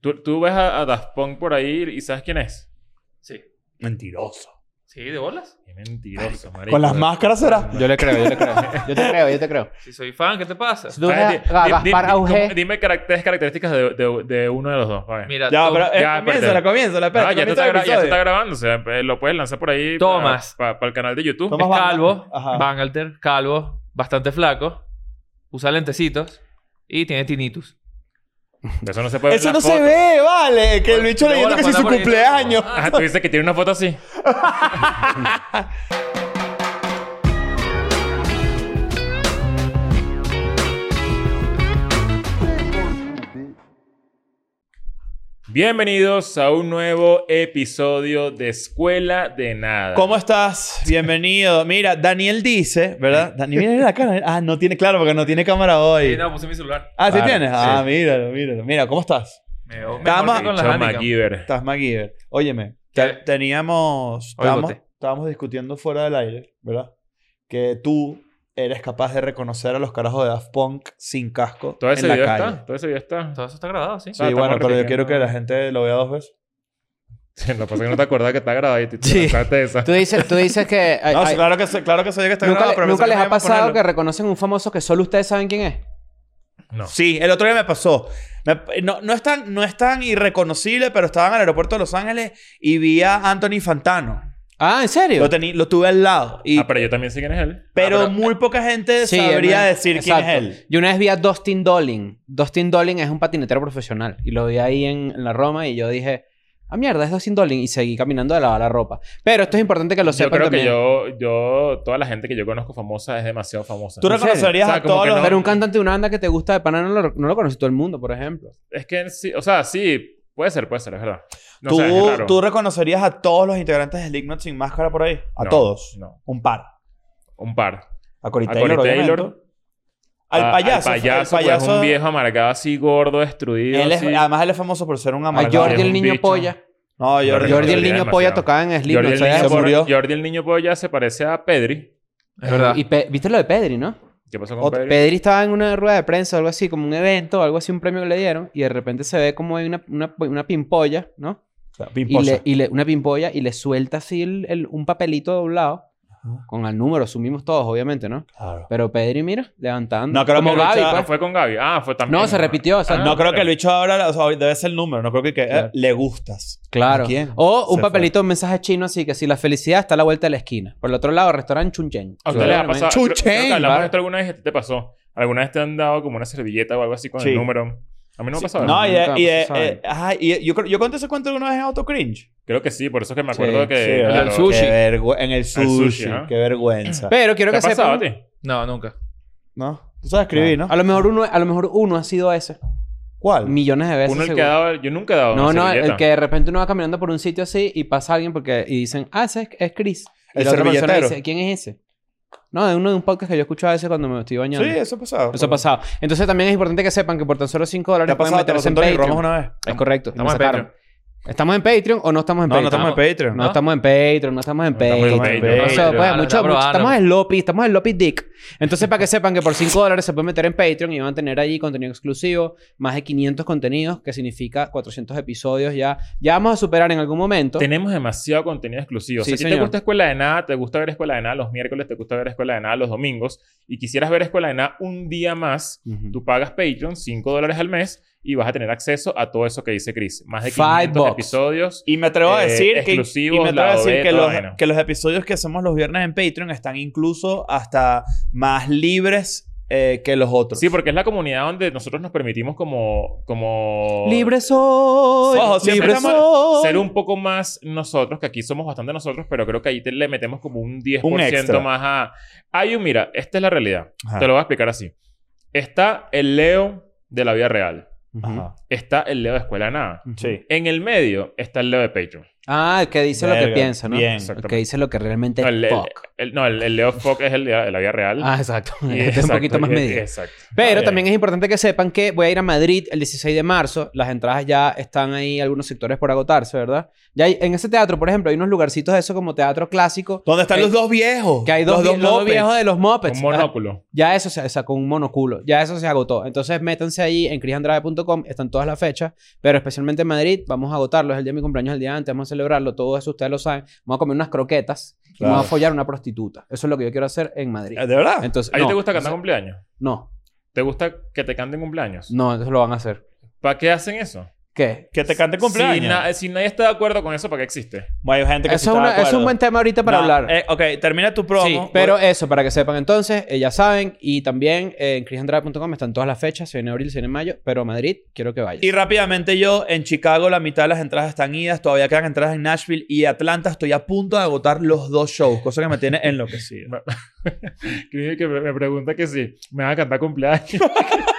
Tú, tú ves a, a Daft Punk por ahí y sabes quién es. Sí. Mentiroso. Sí, de bolas. Qué mentiroso, marico. ¿Con las máscaras será? Yo le creo, yo le creo. Yo te creo, yo te creo. Si soy fan, ¿qué te pasa? Si tú Ah, di- ves a- a di- di- Gaspar di- Auge, ¿cómo- Dime carac- tres características de, de- de uno de los dos. A ver. Mira, Ya, Tom- pero eh, ya, comiénzala, espérate. comiénzala. Espera, Ah, ya, te comienza está el gra- ya episodio. se está grabando. O sea, eh, lo puedes lanzar por ahí. para- Tomás. pa- Para el canal de YouTube. Tomás es Van- calvo, Ajá. Van Alter, calvo, bastante flaco, usa lentecitos y tiene tinnitus. Eso no se puede ver Eso en no la se foto. ve, vale. Que el bicho Luego leyendo la que si mandas su por ahí. cumpleaños. Ajá, tú dices que tiene una foto así. Bienvenidos a un nuevo episodio de Escuela de Nada. ¿Cómo estás? Bienvenido. Mira, Daniel dice, ¿verdad? Daniel, mira la cara. Ah, no tiene, claro, porque no tiene cámara Sí, hoy. no, puse mi celular. Ah, ¿sí Claro, tienes? sí. Ah, míralo, míralo. Mira, ¿cómo estás? Me veo Está mejor más- que con las Chama Anika. Giver. Estás MacGyver. Óyeme, te- ¿Qué? teníamos... Estábamos, Óigote. estábamos discutiendo fuera del aire, ¿verdad? Que tú eres capaz de reconocer a los carajos de Daft Punk sin casco Todo ese en la video calle. está. Todo ese video está. Todo eso está grabado, sí. Sí, Ah, bueno, estamos pero yo repitiendo. quiero que la gente lo vea dos veces. Sí, Lo que pasa es que no te acordás que está grabado y te Sí. te lanzaste esa. tú dices, tú dices que... ay, No, ay, claro que sé, claro que sabía que está grabado, Nunca, pero nunca pensé les que ha no íbamos a pasado ponerlo. que reconocen un famoso que solo ustedes saben quién es. No. Sí, el otro día me pasó. Me- no, no, es tan, no es tan irreconocible, pero estaba en el aeropuerto de Los Ángeles y vi a Anthony Fantano. Ah, ¿en serio? Lo, tení- lo tuve al lado. Y, Ah, pero pero yo también sé quién es él. pero- muy eh, poca gente Sí, sabría él me- decir quién es Exacto. él. Yo una vez vi a Dustin Dolin. Dustin Dolin es un patinetero profesional. Y lo vi ahí en, en la Roma y yo dije... Ah, mierda, es Dustin Dolin. Y seguí caminando de lavar la ropa. Pero esto es importante que lo Yo sepan creo también. que yo, yo, toda la gente que yo conozco famosa es demasiado famosa. Tú ¿En serio? O reconocerías sea, a como todos que los... no- Pero un cantante de una banda que te gusta de pana no lo, no lo conoce todo el mundo, por ejemplo. Es que sí, o sea, sí, puede ser, puede ser, es verdad. No, tú, o sea, es raro. tú reconocerías a todos los integrantes de Slipknot sin máscara por ahí. A No, todos. No, Un par. un par. A Corey A Taylor, Corey obviamente. Taylor. Al Ah, payaso. Al payaso, el pues, payaso- un viejo amargado así, gordo, destruido. él es- así. Además, él es famoso por ser un A amargado. Jordi Es el un niño bicho. polla. No, Jordi. Jordi Jordi el Jordi niño demasiado. polla tocaba en Jordi, Slipknot. el ¿sabes? niño se Polla- murió. Jordi el niño polla se parecía a Pedri. Es verdad. Y Pe- ¿Viste lo de Pedri, no? ¿Qué pasó con Otro- Pedri? Pedri estaba en una rueda de prensa o algo así, como un evento, algo así, un premio que le dieron, y de repente se ve como hay una, una, una pimpolla, ¿no? O sea, Y pimposa. le, y le- una pimpolla y le suelta así el- el- un papelito doblado Ajá. con el número, sumimos todos, obviamente, ¿no? Claro. Pero Pedri, mira, levantando. No, creo como que Gaby, Richard- Ah, pues. fue con Gaby. Ah, fue también. No, se repitió, o sea, No creo que el lo bicho ahora, o sea, debe ser el número, no creo que, que, eh, Claro. le gustas. Claro. ¿A quién? O un Se papelito, un mensaje chino, así que si la felicidad está a la vuelta de la esquina. Por el otro lado, restaurante Chunchen. A usted le ha pasado. Creo, Chuchen, creo que hablamos claro. de esto alguna vez y te pasó. ¿Alguna vez te han dado como una servilleta o algo así con Sí. el número? A mí no me ha pasado. No, y, de- Nunca y, de- se sabe. eh, ajá, y de- yo, creo- yo conté ese cuento alguna vez en Auto Cringe. Creo que sí, por eso es que me Sí, acuerdo que. sí, ¿verdad? claro, El sushi. Qué vergü- en el sushi. sushi, ajá. Qué vergüenza. Pero quiero ¿Te ha que pasado a sepan... ti? No, nunca. ¿No? Tú sabes escribir, ¿no? A lo mejor uno, a lo mejor uno ha sido ese. ¿Cuál? Millones de veces. Uno el que seguro. ha dado. Yo nunca he dado. No, una no, servilleta. el que de repente uno va caminando por un sitio así y pasa alguien porque y dicen, ah, ese es, es Chris. Y El la otra persona servilletero. dice, ¿quién es ese? No, de uno de un podcast que yo escucho a veces cuando me estoy Sí, bañando. eso ha pasado. Eso ha pasado. Entonces también es importante que sepan que por tan solo 5 ¿Te dólares ha pueden pasado? ¿Te lo meterse en contó Tony Patreon. Ramos una vez? Es correcto. Estamos me en sacaron. ¿Estamos en Patreon o no estamos en No, no Patreon? estamos en Patreon. No, ¿no? estamos en Patreon, no estamos en No estamos en Patreon. Patreon. No se Patreon, puede, ahora mucho- está mucho- probando. estamos en Lopi, estamos en Lopi Dick. Entonces, para que sepan que por 5 dólares se pueden meter en Patreon y van a tener allí contenido exclusivo, más de 500 contenidos, que significa 400 episodios ya. Ya vamos a superar en algún momento. Tenemos demasiado contenido exclusivo. Sí, si te señor. gusta Escuela de Nada, te gusta ver Escuela de Nada los miércoles, te gusta ver Escuela de Nada los domingos y quisieras ver Escuela de Nada un día más, Ujú. tú pagas Patreon, 5 dólares al mes y vas a tener acceso a todo eso que dice Chris. Más de Five 500 bucks. episodios. Y me atrevo a Eh, decir que, y exclusivos, me atrevo a lado decir B, que, toda los, vaina. que los episodios que hacemos los viernes en Patreon están incluso hasta más libres eh, que los otros. Sí, porque es la comunidad donde nosotros nos permitimos como... como Libre soy. Ojo, siempre libre estamos- soy. Ser un poco más nosotros, que aquí somos bastante nosotros, pero creo que ahí te- le metemos como un 10% Un extra. más a... Hay un, mira, esta es la realidad. Ah. Ajá. Te lo voy a explicar así. Está el Leo de la vida real. Ujú. Ajá. Está el Leo de Escuela de Nada. Sí. En el medio está el Leo de Patreon. Ah, el que dice lo que Verga, piensa, ¿no? bien. El que dice lo que realmente No, el, el- fuck. el- no, el- el Leo Fuck es el de, de la vida real. Ah, exacto. Y- Este es un exacto, poquito más y- medido. Exacto. Eh, Pero Bien. también es importante que sepan que voy a ir a Madrid el 16 de marzo. Las entradas ya están ahí, algunos sectores por agotarse, ¿verdad? Ya hay- en ese teatro, por ejemplo, hay unos lugarcitos de eso como teatro clásico. ¿Dónde están Que- los dos viejos? Eh, Que hay dos, los vie- los dos mopeds. viejos de los Muppets. Un monóculo. Ya eso se sacó un monoculo. Ya eso se agotó. Entonces métanse ahí en chrisandrade.com. Están todas las fechas. Pero especialmente en Madrid. Vamos a agotarlo. Es el día de mi cumpleaños, el día antes. Vamos a celebrarlo. Todo eso ustedes lo saben. Vamos a comer unas croquetas. Y Claro. vamos a follar a una prostituta. Eso es lo que yo quiero hacer en Madrid. Eh, ¿De verdad? Entonces, ¿A ti Ah, no, te gusta cantar cumpleaños? No. ¿Te gusta que te canten cumpleaños? No, entonces lo van a hacer. ¿Para qué hacen eso? ¿Qué? que te cante cumpleaños. Si, na- si nadie está de acuerdo con eso, ¿para qué existe? Bueno, hay gente que sí Eso es, está de una- es acuerdo. un buen tema ahorita para No, hablar. eh, ok, termina tu promo. Sí, pero eso, para que sepan entonces, eh, ya saben. Y también eh, en chrisandrade.com están todas las fechas. Se viene abril, se viene mayo. Pero Madrid, quiero que vayan. Y rápidamente yo, en Chicago la mitad de las entradas están idas, todavía quedan entradas en Nashville y Atlanta. Estoy a punto de agotar los dos shows, cosa que me tiene enloquecido. Que, que me me pregunta que si me van a cantar cumpleaños.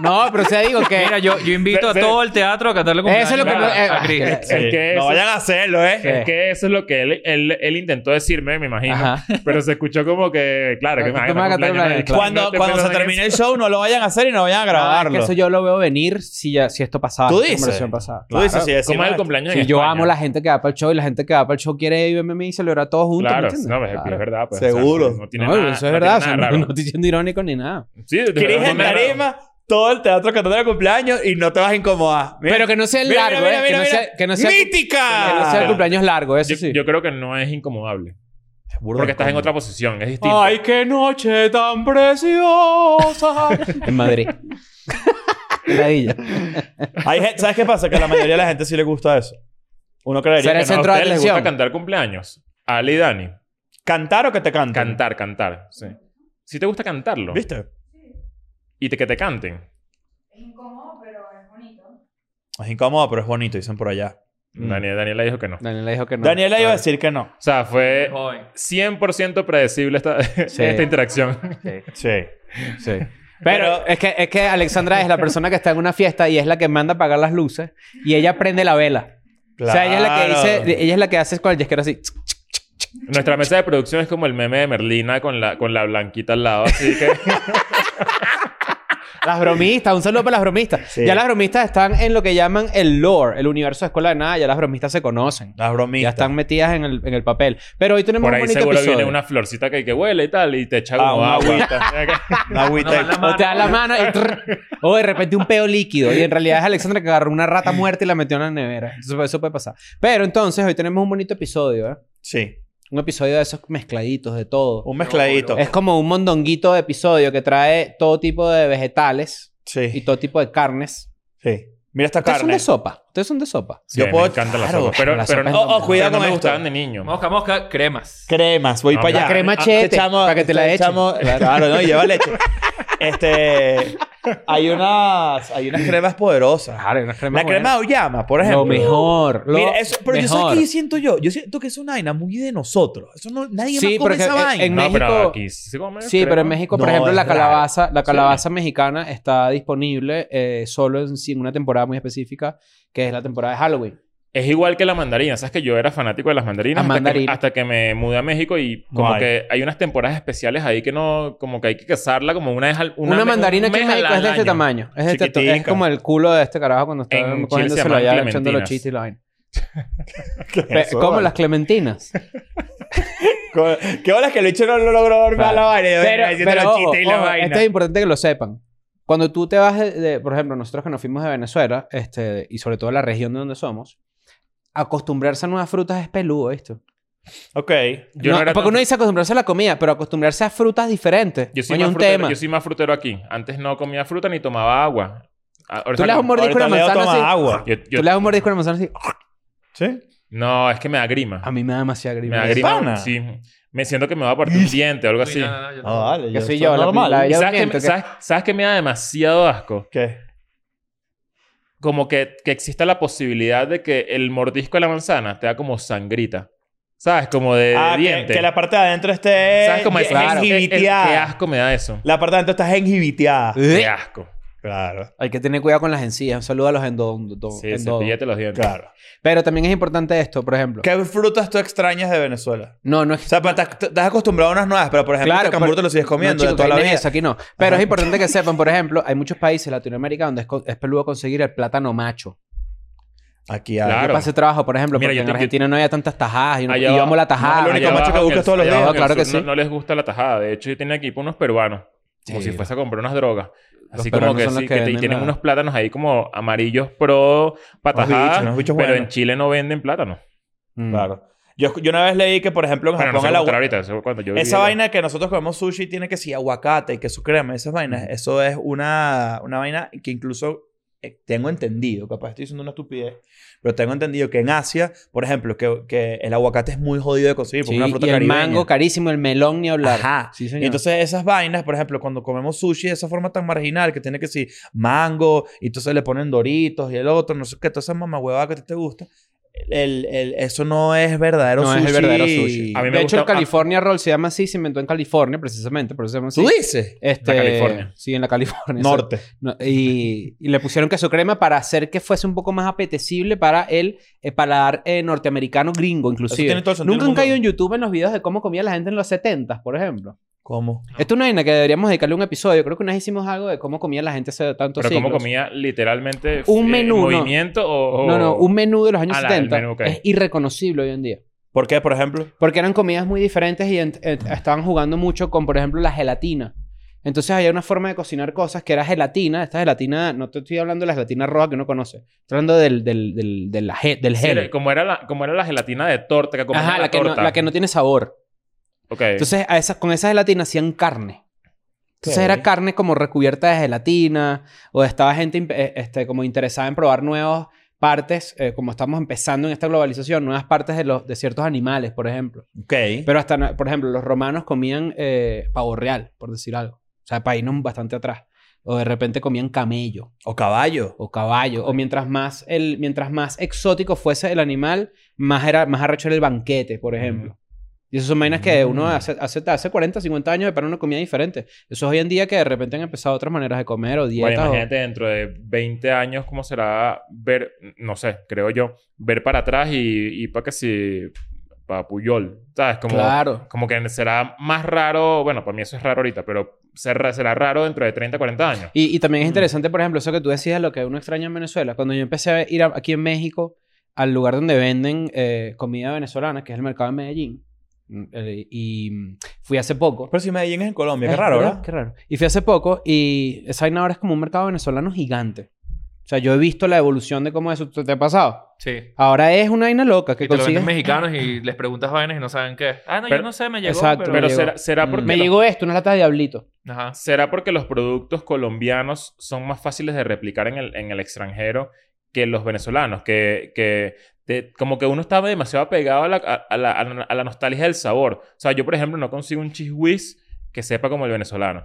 No, pero se digo que... Mira, yo, yo invito a Ve- ve- todo el teatro a cantarle cumpleaños Eso es lo que- a- eh, a Chris. eh, Es que no eso- vayan a hacerlo, ¿eh? Es que eso es lo que él, él, él intentó decirme, me imagino. Ajá. Pero se escuchó como que, claro, que Tú me van me a vas a cantar cantar cumpleaños. una- No Cuando, te cuando se perdonen termine eso. el show, no lo vayan a hacer y no vayan a Ah, es grabarlo. que eso yo lo veo venir si, ya, si esto pasaba. Tú esta dices. conversación pasada. Tú dices, si ¿Cómo decimos es el esto. cumpleaños? Si en yo España? amo la gente que va para el show y la gente que va para el show quiere irme y celebrar todos juntos. Claro, ¿me entiendes? no, es, Claro. es verdad. Pues, Seguro. O sea, no tiene No, nada, eso no es verdad. o sea, tiene no, nada raro. no estoy siendo irónico ni nada. Sí, de Chris verdad, en no tiene nada raro. tarima, todo el teatro cantando el cumpleaños y no te vas a incomodar. Mira, Pero que no sea el mira, largo, mira, ¿eh? Que mira, no mira. sea- que no sea- ¡Mítica! Que no sea el cumpleaños largo, eso Yo, sí. yo creo que no es incomodable. Porque estás en otra posición, es distinto. ¡Ay, qué noche tan preciosa! en Madrid. Ladilla. Hay gen- ¿Sabes qué pasa? Que a la mayoría de la gente sí le gusta eso. Uno creería Será que ¿A el no. centro de ustedes les gusta atención. cantar cumpleaños? A Ali y Dani. ¿Cantar o que te canten? Cantar, cantar. Sí. Si te gusta cantarlo. ¿Viste? Y te, que te canten. Es incómodo, pero es bonito. Es incómodo, pero es bonito, dicen por allá. Mm. Daniel, Daniela dijo que no. Daniela dijo que no. Ah, Daniela iba a decir que no. O sea, fue Joven. 100% predecible esta, esta interacción. Sí. Sí. Pero Pero- es que, es que Alexandra es la persona que está en una fiesta y es la que manda a apagar las luces y ella prende la vela. O sea, ella es la que dice, ella es la que hace con el yesquero así. Nuestra mesa de producción es como el meme de Merlina con la, con la blanquita al lado. Así que Las bromistas, un saludo para las bromistas. Sí. Ya las bromistas están en lo que llaman el lore, el universo de escuela de nada, ya las bromistas se conocen. Las bromitas. Ya están metidas en el, en el papel. Pero hoy tenemos por un ahí bonito seguro episodio. viene una florcita que, que huele y tal y te echa Ah, como una agua. Una agüita Una ahí. mala O te da la mano y trrr. o de repente un peo líquido. Y en realidad es Alexandra que agarró una rata muerta y la metió en la nevera. Entonces, eso puede pasar. Pero entonces, hoy tenemos un bonito episodio, ¿eh? Sí. Un episodio de esos mezcladitos de todo. Un mezcladito. Es como un mondonguito de episodio que trae todo tipo de vegetales y Sí. todo tipo de carnes. Sí. Mira esta Ustedes son carne. de sopa. Ustedes son de sopa. Sí, Yo a mí puedo- Me encantan las claro, sopas. Pero, la pero sopa no, es- Oh, oh, pero cuidado no con me esto. gustaban de niño. Mosca, mosca, cremas. Cremas. Voy No, para la allá. crema Ah, te chete, echamos- para que te la echen. echamos- este Claro. Claro, ¿no? Y lleva leche. Este... Hay unas... Hay unas cremas poderosas. la crema. La crema de Aoyama, por ejemplo. Lo mejor. Lo Mira, eso, pero yo mejor. ¿sabes qué siento yo? Yo siento que es una vaina muy de nosotros. Eso no, nadie Sí, más come porque esa en- vaina. en- No, pero México- aquí sí se come. Sí, creo. pero en México, por No, ejemplo, es la raro. calabaza, la calabaza mexicana está disponible eh, solo en, en una temporada muy específica, que es la temporada de Halloween. Es igual que la mandarina. ¿Sabes que yo era fanático de las mandarinas? Las hasta, Que, mandarinas. hasta que me mudé a México y como No hay. que hay unas temporadas especiales ahí que no... Como que hay que cazarla como una vez al... Una, me- mandarina un que en mes al- México es de al este año. tamaño. Es, de este to- es Chiquitica. como el culo de este carajo cuando está En Chile se cogiéndoselo llaman allá, echando los clementinas. chistes y la vaina. ¿Qué es Pe- eso, como vale? las clementinas. Co- Qué hola que el bicho no lo logró dormir Claro. a la vaina. pero, Pero, pero los ojo, chistes y la ojo, este vaina. esto es importante que lo sepan. Cuando tú te vas, de, de- por ejemplo, nosotros que nos fuimos de Venezuela, este, y sobre todo de la región de donde somos, acostumbrarse a nuevas frutas es peludo, esto. Ok. Yo No, no era porque tan- uno dice acostumbrarse a la comida, pero acostumbrarse a frutas diferentes. Yo soy, coño, más es un frutero, tema. yo soy más frutero aquí. Antes no comía fruta ni tomaba agua. Ah, ahora Tú le das un mordisco a Ahorita una Leo manzana toma así. agua. yo- yo- Tú le das un mordisco a una manzana así. ¿Sí? No, es que me da grima. A mí Ah, me da demasiada me grima. da eso. grima. ¿Pana? Sí. Me siento que me va a partir un diente o algo así. Uy, no, no, no, yo Ah, no. vale. Que soy esto yo, es la- normal. la- ¿Y ya ¿Sabes, miento, que, ¿qué? sabes, sabes que me da demasiado asco? ¿Qué? Como que, que exista la posibilidad de que el mordisco de la manzana te da como sangrita. ¿Sabes? Como de, Ah, que- diente. Que, la parte de adentro esté ¿Sabes cómo es? gen- Claro. El- el- Qué jengiviteada. asco me da eso. ¿Eh? La parte de adentro está jengiviteada. Qué Ugh. asco. Claro, Hay que tener cuidado con las encías. Un saludo a los endodontos. Sí, cepillate los dientes. claro. Pero también es importante esto, por ejemplo. ¿Qué frutas tú extrañas de Venezuela? No, no O es sea, pa- te te has acostumbrado a unas nuevas, pero por ejemplo, el cambur pero- te lo sigues comiendo no, chico, de toda la que hay vida. eso, aquí no. Pero Ajá. es importante que sepan, por ejemplo, hay muchos países en Latinoamérica donde es, co- es peludo conseguir el plátano macho. Aquí hay. Claro. Yo pasé trabajo, por ejemplo, Mira, porque yo en te- yo- Argentina no había tantas tajadas. Y, no- Allá y yo va- amo la no, tajada. lo único Allá macho que abajo en buscas el- todos los allá días. abajo en el Claro que sur sí. No, no les gusta la tajada. De hecho, yo tenía aquí unos peruanos. Como Sí. si fuese a comprar unas drogas. Así como peruanos que son los sí, que que, te- venden tienen la- unos plátanos ahí como amarillos pro patajadas. bichos, unos bichos pero en buenos. Chile no venden plátanos. Mm. Claro. Yo, yo una vez leí que, por ejemplo, en Bueno, no Japón sé el cómo estará agua- ahorita. eso cuando yo vivía Esa allá. vaina que nosotros comemos sushi tiene que sí, aguacate y que su crema, esas vainas. Eso es una, una vaina que incluso eh, tengo entendido, capaz estoy diciendo una estupidez, pero tengo entendido que en Asia, por ejemplo, que, que el aguacate es muy jodido de conseguir porque Sí, es una fruta y el caribeña. mango carísimo, el melón ni hablar. Ajá. Sí, señor. Y entonces esas vainas, por ejemplo, cuando comemos sushi de esa forma tan marginal que tiene que sí, mango, y entonces le ponen doritos y el otro, no sé qué, todas esas mamahuevadas que a ti te gusta, el, el- eso no es verdadero No sushi. es el verdadero sushi. A mí me de hecho, el gusta- California Roll se llama así, se inventó en California, precisamente, por eso se llama así. ¿Tú dices? Este, La California. Sí, en la California. Norte. No, y, y le pusieron queso crema para hacer que fuese un poco más apetecible para el eh, paladar eh, norteamericano gringo, inclusive. tiene todo el sentido del Nunca han mundo. caído en YouTube en los videos de cómo comía la gente en los 70, por ejemplo. ¿Cómo? Esto es una vaina que deberíamos dedicarle un episodio. Creo que una vez hicimos algo de cómo comía la gente hace tantos Pero cómo siglos. comía literalmente Un eh, menú, no. movimiento o, o- No, no, un menú de los años Ah, la- el 70 menú, ok. es irreconocible hoy en día. ¿Por qué, por ejemplo? Porque eran comidas muy diferentes y ent- eh, estaban jugando mucho con, por ejemplo, la gelatina. Entonces había una forma de cocinar cosas que era gelatina. Esta gelatina, no te estoy hablando de la gelatina roja que uno conoce. Estoy hablando del, del, del, del, la ge- del Sí, gel. era- como era la como era la gelatina de torta que comían Ajá, la, la que, no, torta. la que no tiene sabor. Ok. Entonces a esas, con esa gelatina hacían carne. Entonces Ok. era carne como recubierta de gelatina. O estaba gente imp- eh, este, como interesada en probar nuevas partes. eh, como estamos empezando en esta globalización, nuevas partes de, los, de ciertos animales, por ejemplo. Ok. Pero hasta, na- por ejemplo, los romanos comían eh, pavo real, por decir algo. O sea, para irnos bastante atrás. O de repente comían camello o caballo. o caballo. O mientras más, el, mientras más exótico fuese el animal, más, era, más arrecho era el banquete, Mm. por ejemplo. Y esas son vainas que uno hace, hace, hace 40, 50 años de para una comida diferente. Eso es hoy en día que de repente han empezado otras maneras de comer o Bueno, dietas. o- imagínate dentro de 20 años cómo será ver, no sé, creo yo, ver para atrás y, y para que si... Para Puyol, ¿sabes? Como, Claro. como que será más raro, bueno, para mí eso es raro ahorita, pero será, será raro dentro de 30, 40 años. Y, y también es Mm. interesante, por ejemplo, eso que tú decías, lo que uno extraña en Venezuela. Cuando yo empecé a ir a- aquí en México al lugar donde venden eh, comida venezolana, que es el mercado de Medellín, mm, eh, y mm, fui hace poco. Pero si Medellín es en Colombia, qué Eh, raro, ¿verdad? Qué raro. Y fui hace poco y esa vaina ahora es como un mercado venezolano gigante. O sea, yo he visto la evolución de cómo eso te te ha pasado. Sí. Ahora es una vaina loca Que que te lo venden consigues. mexicanos y les preguntas vainas y no saben qué. es. Ah, no, Pero- yo no sé, me llegó. Exacto. Pero me llegó. será, será Mm. porque Me los- llegó esto, una lata de diablito. Ajá. ¿Será porque los productos colombianos son más fáciles de replicar en el, en el extranjero que los venezolanos? Que, que te- como que uno está demasiado apegado a la, a, a la, a la nostalgia del sabor. O sea, yo, por ejemplo, no consigo un chisguis que sepa como el venezolano.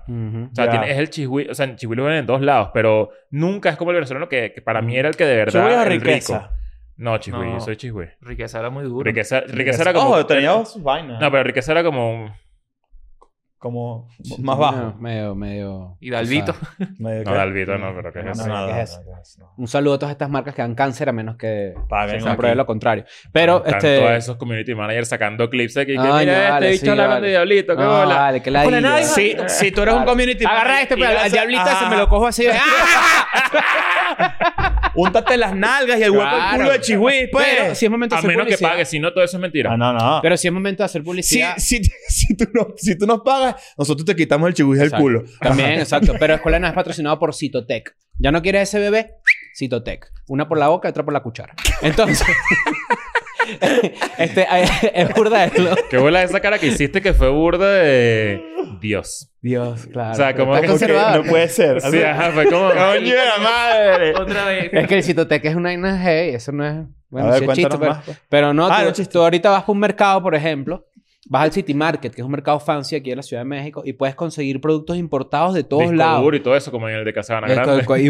O sea, Ya. tiene- es el chisguis... O sea, el chisguis lo venden en dos lados, pero nunca es como el venezolano que, que para mí Mm. era el que de Yo voy a verdad... el rico. riqueza. No, chisguis, No. yo soy chisguis. Riqueza era muy duro. Riqueza, riqueza era como... Ojo, tenía sus vainas. No, pero riqueza era como... un- Como más bajo. Medio, medio. Y Dalvito. o sea, Medio No, que- Dalvito no, pero ¿qué es No, eso? no, no, ¿Qué es no, no, no. un saludo a todas estas marcas que dan cáncer a menos que Paguen se aquí. compruebe lo contrario. Pero, Están este. todos esos community managers sacando clips aquí. Que, Ay, mira, no, este vale, bicho sí, hablaron vale. de Diablito, qué No, bola. Ah, vale, que la Con idea. nadie. Si, si tú eres un community Agarra este, pero al diablito ese me lo cojo así. ¡ah! Úntate las nalgas y el hueco del Claro. culo de chihuahua, pues. Pero si es momento de A hacer menos que publicidad. pague, si no, todo eso es mentira. Ah, no, no. Pero si es momento de hacer si, publicidad. si, si, tú no- si tú nos pagas, nosotros te quitamos el chihuahua del Exacto. culo. También, exacto. Pero Escuela de Nada es patrocinado por Citotec. ¿Ya no quieres ese bebé? Citotec. Una por la boca y otra por la cuchara. Entonces. este, es burda de lo- Qué bola esa cara que hiciste que fue burda de Dios. Dios, claro. O sea, como Está que- Porque conservador. no puede ser. Sí, ajá, fue como. Coño de la madre. Otra vez. Es que el Citotec es una vaina heavy. Eso no es. Bueno, a sí ver, es chiste, cuéntanos pero- más. pues. Pero no, Ah, tú, no, chiste. tú ahorita vas por un mercado, por ejemplo, vas al City Market, que es un mercado fancy aquí en la Ciudad de México, y puedes conseguir productos importados de todos Disco lados. duro y todo eso, como en el de Casabana Esto, Grande. co- Y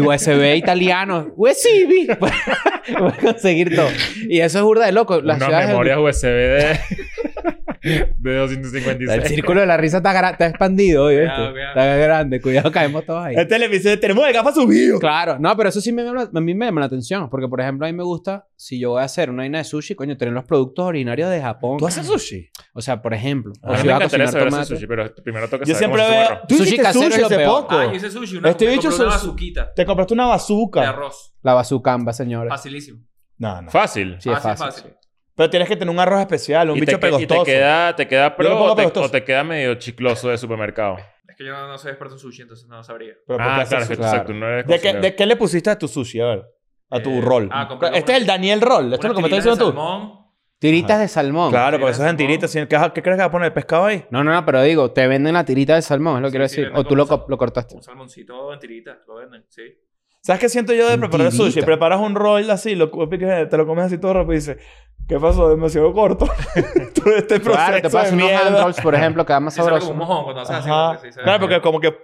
USB italiano. USB. Puedes conseguir todo. Y eso es burda de loco. Las Unas ciudades memorias USB de. de El 256. círculo de la risa está, gra- está expandido hoy, ¿viste? Cuidado, cuidado. Está grande. Cuidado, caemos todos ahí. Este televisor tenemos el gafa subido. Claro, no, pero eso sí me, llama- a mí me llama la atención. Porque, por ejemplo, a mí me gusta, si yo voy a hacer una vaina de sushi, coño, tener los productos originarios de Japón. ¿Tú haces sushi? O sea, por ejemplo. A O mí si me vas a encantaría cocinar saber hacer tomate. sushi, pero primero toca Yo saber siempre cómo se veo... come Tú Sushi hiciste casero sushi es lo hace peor. poco. Ah, yo hice sushi. Una, Este me bicho compré una sos- bazuquita Te compraste una de bazooka. arroz. La bazucamba, señores. Facilísimo. No, no. arroz. Fácil. Sí, es Fácil, fácil. fácil. Pero tienes que tener un arroz especial, un y, te, bicho que- y te pegostoso. queda, te queda Yo le pro pongo o te, pegostoso. o te queda medio chicloso de supermercado. Es que yo no, no soy experto en sushi, entonces no sabría. Pero ¿por qué Ah, haces claro, sushi? es que tú- claro. exacto, no eres ¿De qué, cocinero. de qué le pusiste a tu sushi? A ver. A tu Eh, rol. ah, compré este una- es el Daniel Roll. Esto es lo que me estás Unas diciendo tiritas de tú. salmón. Tiritas Ajá. de salmón. Claro, porque eso es en Tiritas de tiritas. ¿Qué, ¿Qué crees que va a poner el pescado ahí? No, no, no, pero digo, te venden la tirita de salmón, es lo que Sí, quiero sí, decir. venden o tú como lo, un sal- co- lo cortaste. Un salmoncito en tiritas, lo venden, sí. ¿Sabes qué siento yo de preparar Tirita. sushi? Preparas un roll así, lo picas, te lo comes así todo rápido y dices, ¿qué pasó? Demasiado corto. todo este proceso Claro, te de pasan unos hand mierda. rolls, por ejemplo, que da más Sí, sabe como sabroso. un mojón cuando haces así. Ajá. porque sí sabe claro, porque como- como que...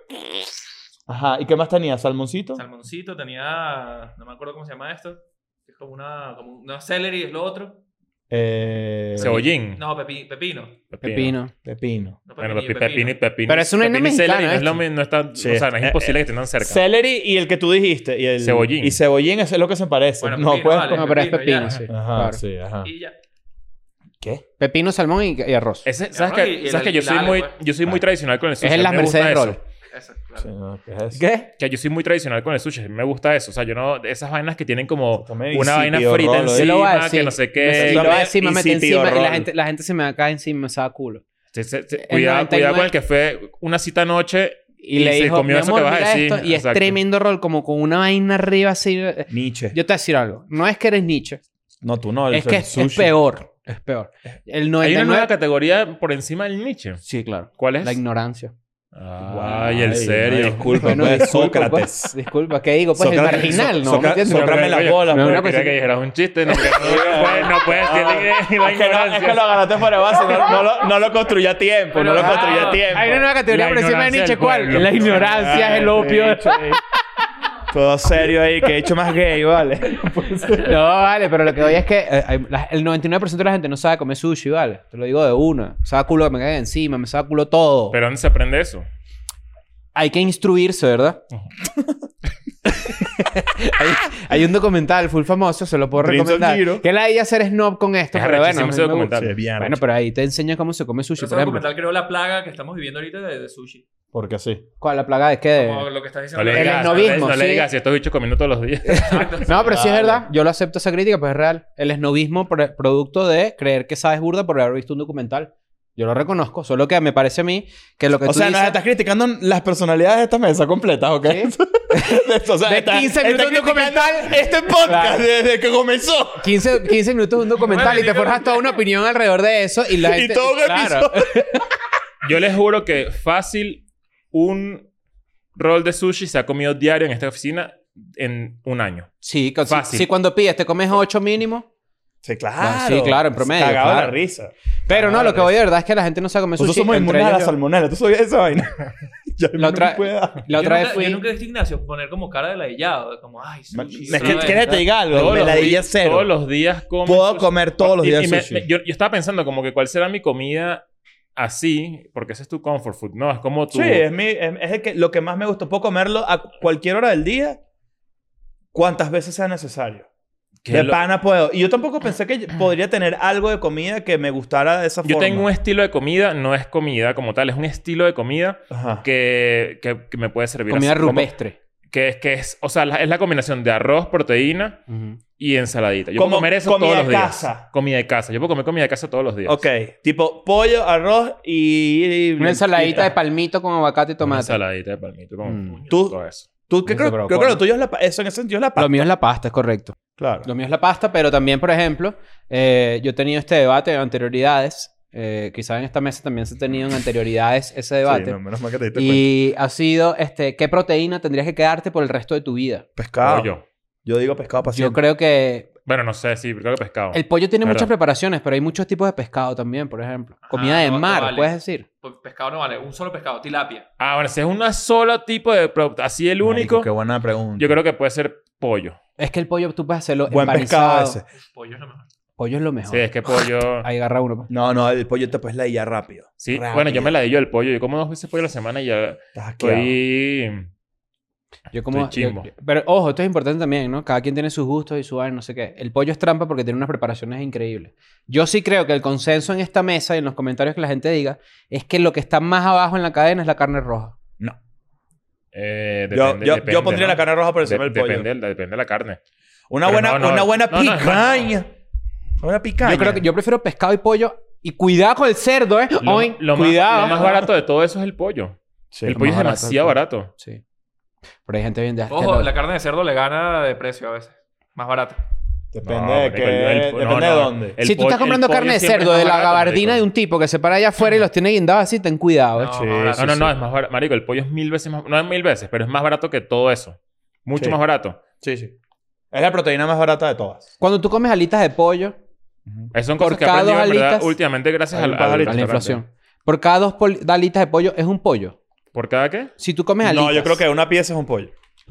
Ajá. ¿Y qué más tenía? ¿Salmoncito? Salmoncito tenía... No me acuerdo cómo se llama esto. Es como una... Como una celery es lo otro. Eh, Cebollín. No, pepi- pepino. Pepino. Pepino. No, Mm. Bueno, pepinillo, pepi- pepino y pepino. Pero eso no es Pepino y mexicano, celery no es esto. lo mi- no está- Sí. O sea, no es Eh, imposible eh, que tengan cerca. Celery y el que tú dijiste. Y el, Cebollín. Y cebollín es lo que se parece. Bueno, no, pepino, puedes... vale. No, pero es Pepino, pepino, ya. sí. Ajá, claro. sí, ajá. Y ya. ¿Qué? Pepino, salmón y, y arroz. Ese- El ¿Sabes arroz que, y el- sabes que yo y la soy ale, muy, pues. yo soy muy tradicional con el sushi? es en a las mí me gusta Mercedes eso. Roll. Eso, Sí, claro. no, ¿qué es eso? ¿Qué? Que yo soy muy tradicional con el sushi. a mí Me gusta eso. O sea, yo no... Esas vainas que tienen como Está medio una vaina insípido, frita Rolo, ¿eh? Yo lo voy a encima, que decir. no sé Me- qué. y lo voy a decir, me y mete sí, tío, encima y la rol. gente, la gente se me cae encima y me saca culo. Se- se- se- El cuidado, 99. cuidado con el que fue una cita anoche Y, y, le se dijo, comió mi eso que amor, vas mira a decir. esto. Y es Exacto. tremendo rol, como con una vaina arriba así. Yo Nietzsche. te voy a decir algo. No es que eres Nietzsche. No, tú no. el- es Eh, que el es, es sushi. peor. Es peor. El Hay una 99... nueva categoría por encima del Nietzsche. Sí, claro. ¿Cuál es? La ignorancia. Ay, el serio. Disculpa, Bueno, pues, disculpa, pues. Sócrates. Disculpa, ¿qué digo? Pues el marginal, ¿no? ¿Me Sócrates. entiendes? Sócrame las bolas. No, Pero quería una cosa- pues, que dijeras un chiste, no, que no, puedes, no puedes decir que la Ah, Es que, no, es que lo ignorancia. agarraste por base, no, no lo, no lo construí a tiempo, no lo Pero- construí a ah, tiempo. Ah, Hay una nueva categoría La por encima de ignorancia Nietzsche. del ¿Cuál? pueblo. Ah, La ignorancia es el opio. Ay, che. eh. Todo serio ahí, que he hecho más gay, ¿vale? No, vale, pero lo que doy es que eh, hay- la- el 99% de la gente no sabe comer sushi, ¿vale? Te lo digo de una. Me saca culo que me caiga encima, me saca culo todo. Pero ¿dónde se aprende eso? Hay que instruirse, ¿verdad? hay, hay un documental full famoso, se lo puedo Prince of recomendar. Giro. Que la idea hacer snob con esto, Es pero bueno. arrechísimo a mí ese me gusta. documental. Sí, bien Bueno, arrecho. pero ahí te enseña cómo se come sushi, Pero por ese ejemplo. documental creó la plaga que estamos viviendo ahorita de, de sushi. Porque sí. ¿Cuál? ¿La plaga de qué? De- Como lo que estás No diciendo. le El digas, no le, esnovismo, no le sí. digas si estos bichos comiendo todos los días. Exacto. No, pero sí es Vale. verdad. Yo lo acepto esa crítica, pues es real. El esnovismo pro- producto de creer que sabes burda por haber visto un documental. Yo lo reconozco. Solo que me parece a mí que lo que O tú sea, dices... nos estás criticando las personalidades de esta mesa completas, ¿ok? o sea, De está- 15 está minutos de criticando documental. Este podcast Claro. desde que comenzó. 15, 15 minutos de un documental Bueno, y te yo- forjas toda una opinión alrededor de eso y la gente... y todo que Claro. Yo les juro que fácil un rol de sushi se ha comido diario en esta oficina en un año. Sí, con- si- Fácil. si cuando pides te comes 8 mínimo. Sí, Ah, sí, claro, en promedio, Cagado de claro. la risa. Pero no, Claro, lo que voy de verdad es que la gente no sabe comer sushi. Nosotros somos entre inmunes a la ellos yo. salmonela. ¿Tú sabías esa vaina? ya La otra- no puede dar. La yo otra vez nunca, fui... Yo nunca he visto a Ignacio poner como cara de ladillado. de Como, ay, Me- sushi. Es otra que, vez. ¿quieres que te diga algo? Todos Me los la di días- cero. Todos los días como Puedo comer todos los Y- días y me- sushi. me- yo, yo estaba pensando como que cuál será mi comida así, porque ese es tu comfort food, ¿no? Es como tu... Sí, es, mi, em, es, es el que, lo que más me gustó. Puedo comerlo a cualquier hora del día, cuantas veces sea necesario. que de lo- pana puedo. Y yo tampoco pensé que podría tener algo de comida que me gustara de esa Yo forma. tengo un estilo de comida, no es comida como tal, es un estilo de comida Ajá. que, que, que me puede servir Comida así, como- rupestre. Que es, que es, o sea, la- es la combinación de arroz, proteína Ujú. y ensaladita. Yo Como puedo comer eso comida todos los de días. casa. Comida de casa. Yo puedo comer comida de casa todos los días. Ok, tipo pollo, arroz y... y- Una ensaladita y- de palmito con aguacate y Una tomate. ensaladita de palmito con Mm. Tú- todo eso. Tú, que Eso, creo, pero creo que lo ¿cuál? tuyo es la... pa- Eso en ese sentido es la pasta. Lo mío es la pasta, es correcto. Claro. Lo mío es la pasta, pero también, por ejemplo, eh, yo he tenido este debate en anterioridades. Eh, quizás en esta mesa también se ha tenido en anterioridades ese debate. Sí, no, menos mal que te diste cuenta. y ha sido, este, ¿qué proteína tendrías que quedarte por el resto de tu vida? Pescado. Yo. Pollo. digo pescado para Yo siempre. creo que Bueno, no sé, sí, creo que pescado. el pollo tiene Claro. muchas preparaciones, pero hay muchos tipos de pescado también, por ejemplo. Comida de no, no mar, vale. puedes decir. Pues Pescado no vale. Un solo pescado. Tilapia. Ah, bueno, si es una sola tipo de... pro- Así el único... Marico, qué buena pregunta. Yo creo que puede ser pollo. Es que el pollo tú puedes hacerlo Buen empanizado. pescado ese. Pollo es lo mejor. Pollo es lo mejor. Sí, es que pollo. Ahí agarra uno. pues. No, no, el pollo te puedes ladillar rápido. Sí, Rápido. bueno, yo me la di yo el pollo. Yo como dos veces pollo a la semana y ya Estás asqueado. estoy. Yo como. Estoy yo- chimbo. pero ojo, esto es importante también, ¿no? Cada quien tiene sus gustos y su vaina, no sé qué. El pollo es trampa porque tiene unas preparaciones increíbles. Yo sí creo que el consenso en esta mesa y en los comentarios que la gente diga es que lo que está más abajo en la cadena es la carne roja. No. Eh, Yo- depende, yo, yo, depende, pondría ¿no? la carne roja por encima De- del pollo. Depende, depende de la carne. Una Pero no, buena, no, una buena no, no, es más- picaña. Una buena picaña. Yo creo que yo prefiero pescado y pollo y cuidado con el cerdo, ¿eh? Lo, Ay, lo más- cuidado. lo más barato de todo eso es el pollo. Sí, el lo pollo es más barato es el demasiado pollo. barato. Sí. Pero hay gente bien de Ojo, asquerosa. la carne de cerdo le gana de precio a veces. Más barata. Depende No, de marico, el- el- qué. no, Depende no, Eh, de no. dónde. El si tú pollo- estás comprando el pollo carne de siempre es cerdo de más la barato, gabardina marico. de un tipo que se para allá afuera y los tiene guindados así, ten cuidado, ¿eh? No, sí, más barata. Ah, No, no, no, es más barato. Marico, el pollo es mil veces más. No es mil veces, pero es más barato que todo eso. Mucho Sí. más barato. Sí, sí. Es la proteína más barata de todas. Cuando tú comes alitas de pollo, Esas son cosas Por que he cada dos aprendido en verdad, alitas- últimamente gracias Hay al- un al pajarito. a la restaurante. inflación, por cada dos pol- alitas de pollo es un pollo. ¿Por cada qué? Si tú comes alitas. No, yo creo que una pieza es un pollo.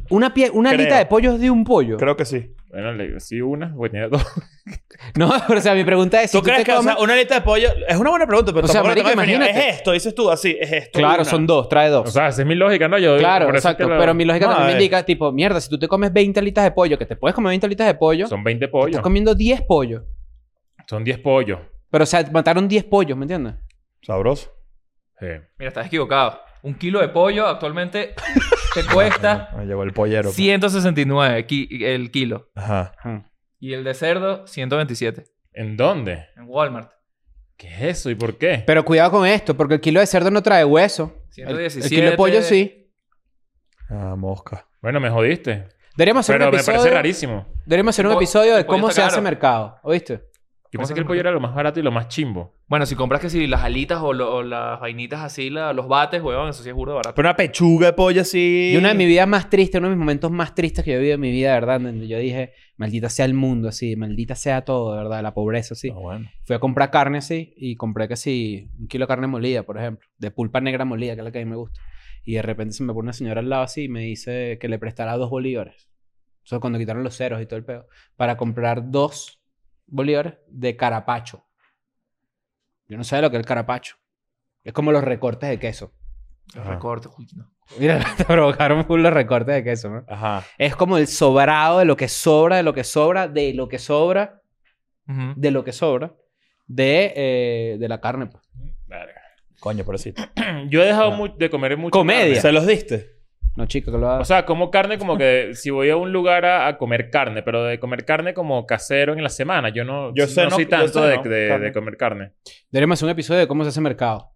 Una, pie- una Creo. alita de pollo es de un pollo. Creo que sí. Bueno, le, sí, una, porque tenía dos. No, pero o sea, mi pregunta es: si ¿Tú crees te que o comes- sea, una alita de pollo es una buena pregunta, pero O sea, tampoco lo marico, tengo definido. imagínate. Es esto, dices tú, así, es esto. Claro, una. son dos, trae dos. O sea, esa es mi lógica, ¿no? Yo, claro, por eso es que exacto. lo- Pero mi lógica No, a también me ver. indica: tipo, mierda, si tú te comes 20 alitas de pollo, que te puedes comer 20 alitas de pollo, Son 20 te pollos. estás comiendo 10 pollos. Son 10 pollos. Pero, o sea, mataron 10 pollos, ¿me entiendes? Sabroso. Sí. Mira, estás equivocado. Un kilo de pollo actualmente te cuesta Me llegó el pollero. pues. 169 ki- el kilo. Ajá. Y el de cerdo, 127. ¿En dónde? En Walmart. ¿Qué es eso y por qué? Pero cuidado con esto, porque el kilo de cerdo no trae hueso. El- El, 117. kilo de pollo sí. Ah, mosca. Bueno, me jodiste. Deberíamos hacer Pero un me episodio. parece rarísimo. Deberíamos hacer un El po- episodio el de pollo cómo está se hace caro. mercado, ¿oíste? Yo pensé que el pollo era lo más barato y lo más chimbo. Bueno, si compras que si las alitas o, lo- o las vainitas así, la- los bates, huevón, eso sí es burdo barato. Pero una pechuga de pollo así. Y una de mis vidas más tristes, uno de mis momentos más tristes que yo he vivido en mi vida, de ¿verdad? Donde yo dije, maldita sea el mundo, así, maldita sea todo, de ¿verdad? La pobreza, así. Ah, bueno. Fui a comprar carne, así, y compré que sí, un kilo de carne molida, por ejemplo, de pulpa negra molida, que es la que a mí me gusta. Y de repente se me pone una señora al lado, así, y me dice que le prestara dos bolívares. Eso cuando quitaron los ceros y todo el pedo. Para comprar dos bolívares de carapacho. Yo no sé lo que es el carapacho. Es como los recortes de queso. Los Ajá. recortes, uy, no. Mira, te provocaron full los recortes de queso, ¿no? Ajá. Es como el sobrado de lo que sobra, de lo que sobra, de lo que sobra, Ujú. de lo que sobra, de, eh, de la carne. pues. Verga. Coño, pobrecito. Yo he dejado Ah. mu- de comer mucho. Comedia. carne. ¿Se los diste? No, chico, que lo haga. O sea, como carne como que si voy a un lugar a, a comer carne, pero de comer carne como casero en la semana. Yo no, Yo sé, no no- soy yo tanto sé, de, no, de- carne. de comer carne. Deberíamos hacer un episodio de cómo se hace mercado.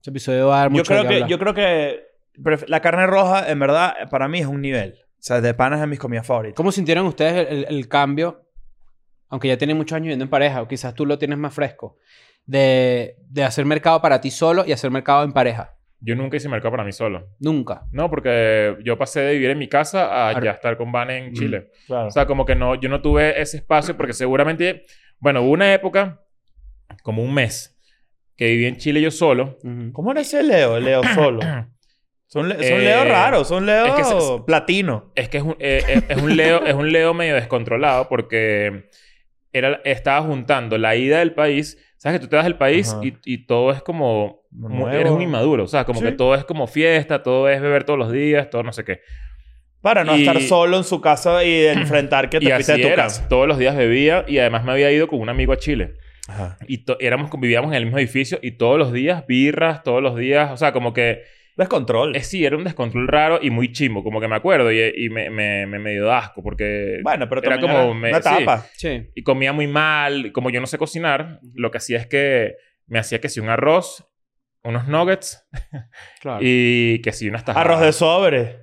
Ese episodio va a dar mucho Yo creo, de que, hablar. yo creo que pref- la carne roja, en verdad, para mí es un nivel. O sea, de panas es de mis comidas favoritas. ¿Cómo sintieron ustedes el, el- el cambio? Aunque ya tienen muchos años viviendo en pareja, o quizás tú lo tienes más fresco, de, de hacer mercado para ti solo y hacer mercado en pareja. Yo nunca hice mercado para mí solo. Nunca. No, porque yo pasé de vivir en mi casa a Claro. ya estar con Van Mm. en Chile. Claro. O sea, como que no, yo no tuve ese espacio porque seguramente, bueno, hubo una época, como un mes, que viví en Chile yo solo. Ujú. ¿Cómo era ese Leo? Leo solo. Son, le- son Eh, Leo raros, son Leo es que se- platino. Es que es un, eh, eh, es un leo, es un leo medio descontrolado porque era, estaba juntando la ida del país. Sabes que tú te vas del país Ajá. y, y todo es como, Nuevo. eres un inmaduro, o sea, como Sí. que todo es como fiesta, todo es beber todos los días, todo no sé qué. Para no y- estar solo en su casa y enfrentar que Y te pise así de tu era. casa. Todos los días bebía y además me había ido con un amigo a Chile. Ajá. y to- éramos, vivíamos en el mismo edificio y todos los días birras, todos los días, o sea, como que Descontrol. eh, sí, era un descontrol raro y muy chimbo, como que me acuerdo y, y me, me, me, me dio asco porque bueno, pero era también como era me- sí. una tapa. Sí. y comía muy mal, como yo no sé cocinar, lo que hacía es que me hacía que si un arroz, unos nuggets Claro. y que si unas tajadas. Arroz de sobre.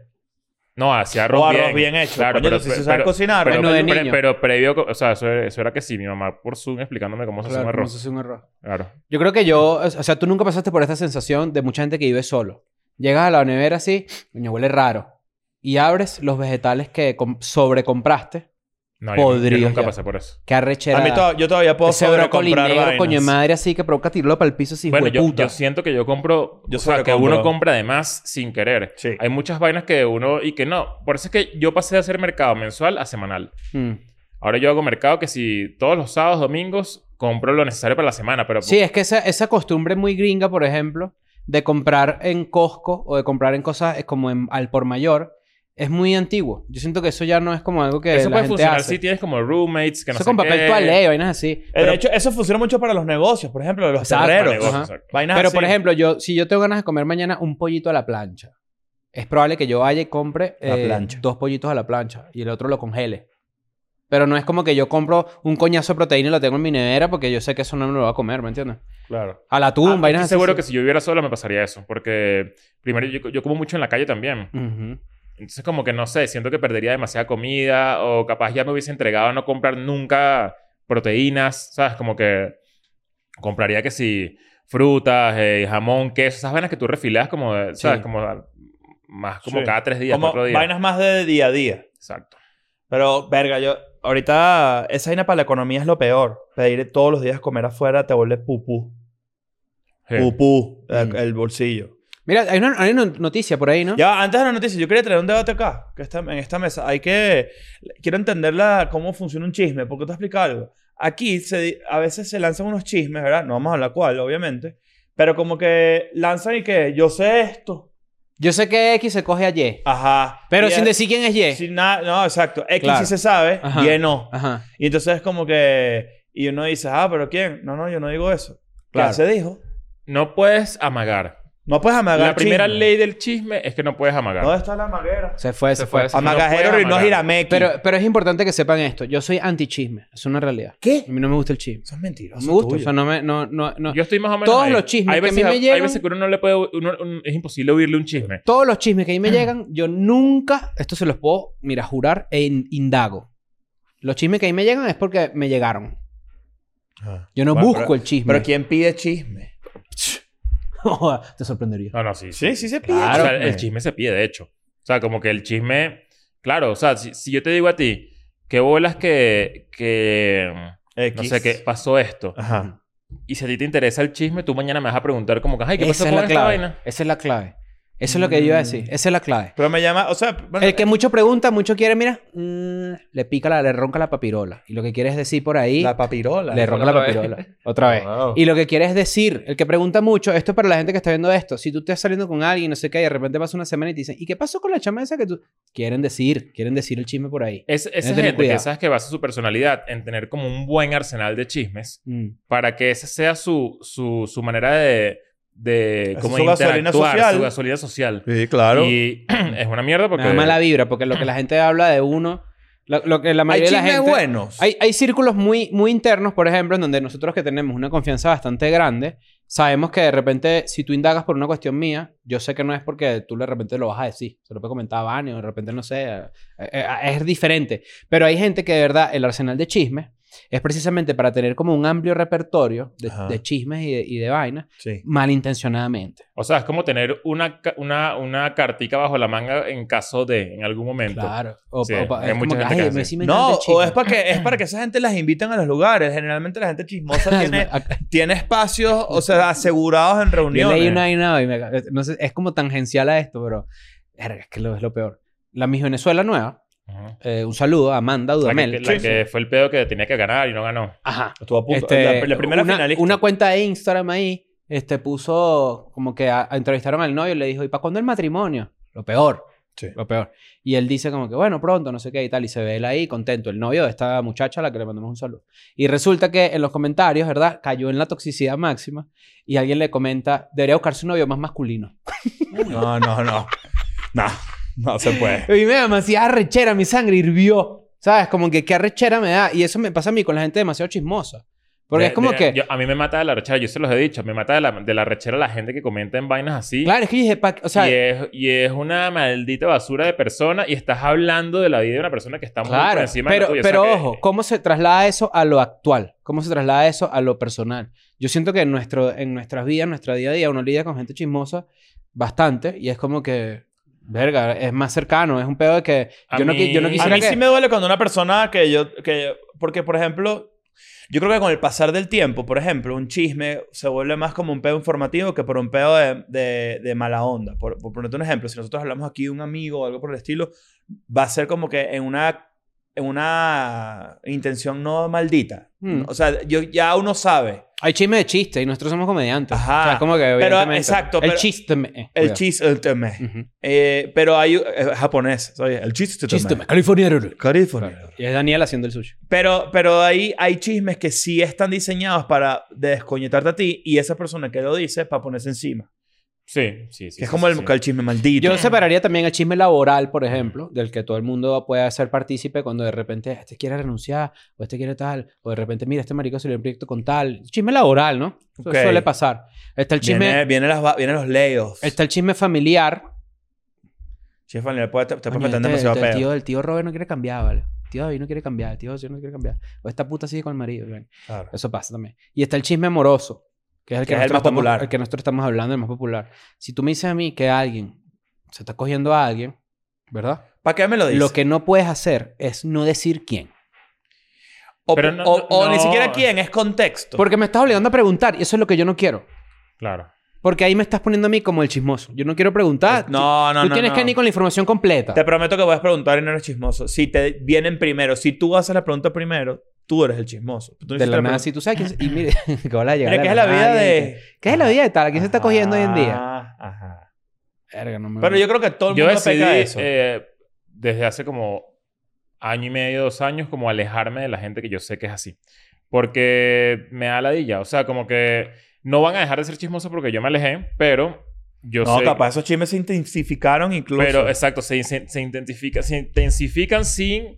No, hacía arroz o bien. arroz bien, hecho. Claro, Coño, pero, entonces, si pero- sabes cocinar, pero- Menú de pero- niño. pero previo, co- o sea, eso, eso era que sí, mi mamá por Zoom explicándome cómo se hace Claro, un cómo arroz. se hace un arroz. Claro. Yo creo que yo, o sea, tú nunca pasaste por esta sensación de mucha gente que vive solo. Llegas a la nevera así, coño, huele raro. Y abres los vegetales que com- sobrecompraste, No, yo- yo, Podrías nunca ya. pasé por eso. que arrechera. a mí to- yo todavía puedo Ese brócoli sobrecomprar negro, vainas. coño de madre, así que provoca tirarlo para el piso así, Bueno, yo, puta. yo siento que yo compro. Yo o sea, que sobrecompro. uno compra de más sin querer. Sí. Mm. Hay muchas vainas que uno. Y que no. Por eso es que yo pasé de hacer mercado mensual a semanal. Ahora yo hago mercado que si todos los sábados, domingos, compro lo necesario para la semana, pero Sí, es que esa, esa costumbre muy gringa, por ejemplo, de comprar en Costco o de comprar en cosas eh, como en- al por mayor, es muy antiguo. Yo siento que eso ya no es como algo que eso la puede gente funcionar hace. si tienes como roommates, que no eso sé con papel qué. toalé, vainas así. Eh, de hecho, eso funciona mucho para los negocios, por ejemplo, de los Exacto, Para terreros. negocios, Ajá. exacto. Vainas Pero, así. por ejemplo, yo, si yo tengo ganas de comer mañana un pollito a la plancha, es probable que yo vaya y compre La eh, plancha. dos pollitos a la plancha y el otro lo congele. Pero no es como que yo compro un coñazo de proteína y lo tengo en mi nevera porque yo sé que eso no me lo va a comer, ¿me entiendes? Claro. A la Ah, tumba, estoy vainas así. seguro que si yo viviera sola me pasaría eso, porque primero yo, yo como mucho en la calle también. Ujú. Entonces como que no sé, siento que perdería demasiada comida o capaz ya me hubiese entregado a no comprar nunca proteínas, ¿sabes? Como que compraría que si frutas, eh, jamón, queso, esas vainas que tú refilas como, de- ¿sabes? Sí. Como a- más como Sí. cada tres días, Como cuatro días. vainas más de día a día. Exacto. Pero, verga, yo... Ahorita esa vaina para la economía es lo peor. Pedir todos los días comer afuera te vuelve pupú. Sí. Pupú. eh, Mm. El bolsillo. Mira, hay una, hay una noticia por ahí, ¿no? Ya, antes de la noticia, yo quería traer un debate acá, que está en esta mesa. Hay que. Quiero entender la- cómo funciona un chisme, porque te explico algo. Aquí se di- a veces se lanzan unos chismes, ¿verdad? No vamos a hablar cuál, obviamente. Pero como que lanzan y que yo sé esto. Yo sé que X se coge a Y, Ajá. pero Y sin es- decir quién es Y. sin nada, no, exacto. X Claro. sí se sabe, Ajá. Y no. Ajá. Y entonces es como que. Y uno dice, ah, pero ¿quién? No, no, yo no digo eso. Claro. Claro. se dijo. No puedes amagar. No puedes amagar. la primera chisme. ley del chisme es que no puedes amagar. ¿Dónde está la maguera? Se fue, se, Se fue. fue, sí. No Amagajero puedes y no amagar. girameki. Pero, pero es importante que sepan esto. Yo soy anti-chisme. Es una realidad. ¿Qué? A mí no me gusta el chisme. Eso es mentiroso. No me gusta. tuyo. O sea, no me... No, no, no. Yo estoy más o menos Todos ahí. los chismes hay que a veces, mí me Hay llegan- veces que uno no le puede... uno- un- es imposible oírle un chisme. Todos los chismes que a mí me llegan, yo nunca... Esto se los puedo, mira, jurar e in- indago. Los chismes que a mí me llegan es porque me llegaron. Ah. Yo no Bueno, busco pero- el chisme. Pero ¿quién pide chisme? Joda, Te sorprendería. No, no, sí. Sí, sí se pide. Claro, o sea, chisme. el chisme se pide, de hecho. O sea, como que el chisme... Claro, o sea, si, si yo te digo a ti que bolas que... que no X. sé, qué pasó esto. Ajá. Y si a ti te interesa el chisme, tú mañana me vas a preguntar como que... Ay, ¿qué pasó Esa es con la esta clave. vaina? Esa es la clave. Eso es lo que yo iba a decir. Esa es la clave. Pero me llama, o sea, bueno, El que mucho pregunta, mucho quiere, mira, mm, le pica la, le ronca la papirola. Y lo que quiere es decir por ahí, la papirola. le ronca la Otra vez. papirola. Otra vez. Wow. Y lo que quiere es decir, el que pregunta mucho, esto es para la gente que está viendo esto. Si tú estás saliendo con alguien, no sé qué, y de repente pasa una semana y te dicen, ¿y qué pasó con la chama esa que tú? Quieren decir, quieren decir el chisme por ahí. Es, esa que tener gente que cuidado. sabes que basa su personalidad en tener como un buen arsenal de chismes. Mm. para que esa sea su, su, su manera de, de Esa como es su gasolina interactuar, social. su gasolina social. Sí, claro. Y es una mierda porque... Me da mala vibra porque lo que la gente habla de uno, lo, lo que la Hay mayoría de la chismes gente... buenos. Hay, hay círculos muy, muy internos, por ejemplo, en donde nosotros que tenemos una confianza bastante grande, sabemos que de repente, si tú indagas por una cuestión mía, yo sé que no es porque tú de repente lo vas a decir. Se lo puede comentar a Vani o de repente, no sé, eh, eh, es diferente. Pero hay gente que de verdad, el arsenal de chismes es precisamente para tener como un amplio repertorio de, Ajá. de chismes y de, y de vainas Sí. malintencionadamente. O sea, es como tener una, ca- una, una cartica bajo la manga en caso de, en algún momento. Claro. O, Sí, o pa- hay es como mucha que, gente que "Ay, hace me- sí me encanta No, el o chisme". es para que es para que esa gente las invitan a los lugares. Generalmente la gente chismosa tiene, tiene espacios, o sea, asegurados en Yo reuniones. leí una vaina y me, no sé, es como tangencial a esto, pero verga, es que lo, es lo peor. La Miss Venezuela nueva, Ajá. eh, un saludo a Amanda La, que, Dudamel. la Sí, sí. que fue el pedo que tenía que ganar y no ganó. Ajá. Estuvo a punto- Este, la, la primera una, finalista. una cuenta de Instagram ahí este, puso como que a- a- entrevistaron al novio y le dijo, ¿y para cuándo el matrimonio? Lo peor. Sí. Lo peor. Y él dice como que, bueno, pronto, no sé qué y tal. Y se ve él ahí contento, el novio de esta muchacha a la que le mandamos un saludo. Y resulta que en los comentarios, ¿verdad? Cayó en la toxicidad máxima y alguien le comenta, debería buscarse un novio más masculino. No, no, no. No, no se puede. Y me da demasiada rechera, mi sangre hirvió. ¿Sabes? Como que qué arrechera me da. Y eso me pasa a mí con la gente demasiado chismosa. Porque De- es como de- que. yo- a mí me mata de la rechera. Yo se los he dicho. Me mata de la, de la rechera la gente que comenta en vainas así. claro, es que yo dije, pa- o sea, y, es, y es una maldita basura de persona y estás hablando de la vida de una persona que está muy por claro. encima de la Pero, tuya. O sea pero que- ojo, ¿cómo se traslada eso a lo actual? ¿Cómo se traslada eso a lo personal? Yo siento que en, nuestro, en nuestras vidas, en nuestra día a día, uno lidia con gente chismosa bastante y es como que. Verga, es más cercano, es un pedo de que. A Yo no, qui- yo no mí- A quisiera mí que. sí me duele cuando una persona que yo... Que, porque, por ejemplo, yo creo que con el pasar del tiempo, por ejemplo, un chisme se vuelve más como un pedo informativo que por un pedo de, de- de mala onda. Por, por ponerte un ejemplo, si nosotros hablamos aquí de un amigo o algo por el estilo, va a ser como que en una... una intención no maldita. Hmm. O sea, yo, ya uno sabe. Hay chisme de chiste y nosotros somos comediantes. Ajá. O sea, es como que evidentemente- exacto, El pero- chiste. me- eh, El cuidado. chiste, el tema. Ujú. Eh, pero hay eh, japonés, soy el chiste. Chiste tema. californiano. California. Y es Daniel haciendo el sushi. Pero, pero ahí hay chismes que sí están diseñados para desconectarte a ti y esa persona que lo dice para ponerse encima. Sí, sí, sí. que sí, es como sí, el, sí. el chisme maldito. Yo separaría también el chisme laboral, por ejemplo, del que todo el mundo puede ser partícipe cuando de repente este quiere renunciar, o este quiere tal, o de repente, mira, este marico salió un proyecto con tal. Chisme laboral, ¿no? Eso Ok. eh. suele pasar. Está el chisme, Viene, viene las va- vienen los layoffs. está el chisme familiar. Chef, le puede- te, te puede Coño, meter este- demasiado este- el, pedo. tío, el tío Robert no quiere cambiar, ¿vale? El tío David no quiere cambiar, el tío José no quiere cambiar. O esta puta sigue con el marido. ¿vale? Claro. Eso pasa también. Y está el chisme amoroso, que es el que, Que es el nosotros más estamos- popular. el que nosotros estamos hablando, el más popular. Si tú me dices a mí que alguien se está cogiendo a alguien, ¿verdad? ¿Para qué me lo dices? Lo que no puedes hacer es no decir quién. o Pero no- o- o no- ni siquiera no. quién, es contexto. Porque me estás obligando a preguntar y eso es lo que yo no quiero. Claro. Porque ahí me estás poniendo a mí como el chismoso. Yo no quiero preguntar. no, no, ah, tú no. tienes no. que ir con la información completa. Te prometo que voy a preguntar y no eres chismoso. Si te vienen primero, si tú haces la pregunta primero, tú eres el chismoso. Tú no De hiciste la la nada, pregunta. si tú sabes quién... Y mire, que hola, llegar Mira, a ¿qué es la vida nadie, de...? que- ¿Qué es la vida de tal? ¿A quién se está cogiendo hoy en día? Ajá, ajá. Verga, no me- Pero yo creo que todo el Yo mundo decidí peca de eso. eh, desde hace como año y medio, dos años, como alejarme de la gente que yo sé que es así. Porque me da ladilla. O sea, como que no van a dejar de ser chismosos porque yo me alejé, pero yo no, sé... capaz esos chismes se intensificaron incluso. Pero exacto, se, se, se identifica- se intensifican sin...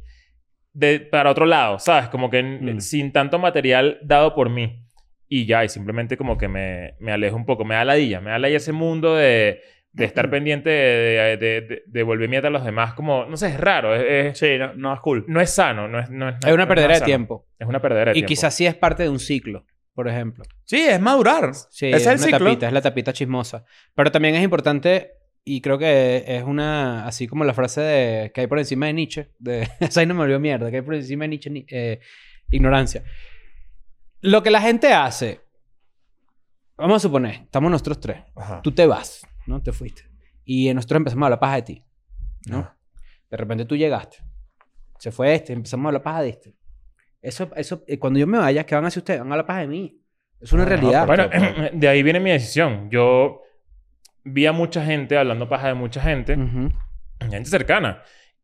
de- para otro lado, ¿sabes? Como que n- Mm. sin tanto material dado por mí. Y ya, y simplemente como que me, me alejo un poco. Me da ladilla. Me da ladilla ese mundo de, de estar Mm. pendiente de, de, de, de- de volver mierda a los demás. Como, no sé, es raro. Es, es- Sí, no, no es cool. no es sano. No es, no es, Es no una es perdera de sano. tiempo. Es una perdera de Y tiempo. quizás sí es parte de un ciclo, por ejemplo. Sí, es madurar. Sí, Ese es el una ciclo. tapita, es la tapita chismosa. Pero también es importante, y creo que es una, así como la frase de que hay por encima de Nietzsche, de esa ahí no me olvidó mierda, que hay por encima de Nietzsche ni- eh, ignorancia. Lo que la gente hace, vamos a suponer, estamos nosotros tres, Ajá. tú te vas, ¿no? Te fuiste. Y eh, nosotros empezamos a hablar paja de ti, ¿no? Ajá. De repente tú llegaste, se fue este, empezamos a hablar paja de este. Eso, eso, eh, cuando yo me vaya, ¿qué van a hacer ustedes? Van a hablar paja de mí. Es una Ah, realidad. Bueno, de ahí viene mi decisión. Yo vi a mucha gente hablando paja de mucha gente. Ujú. Gente cercana.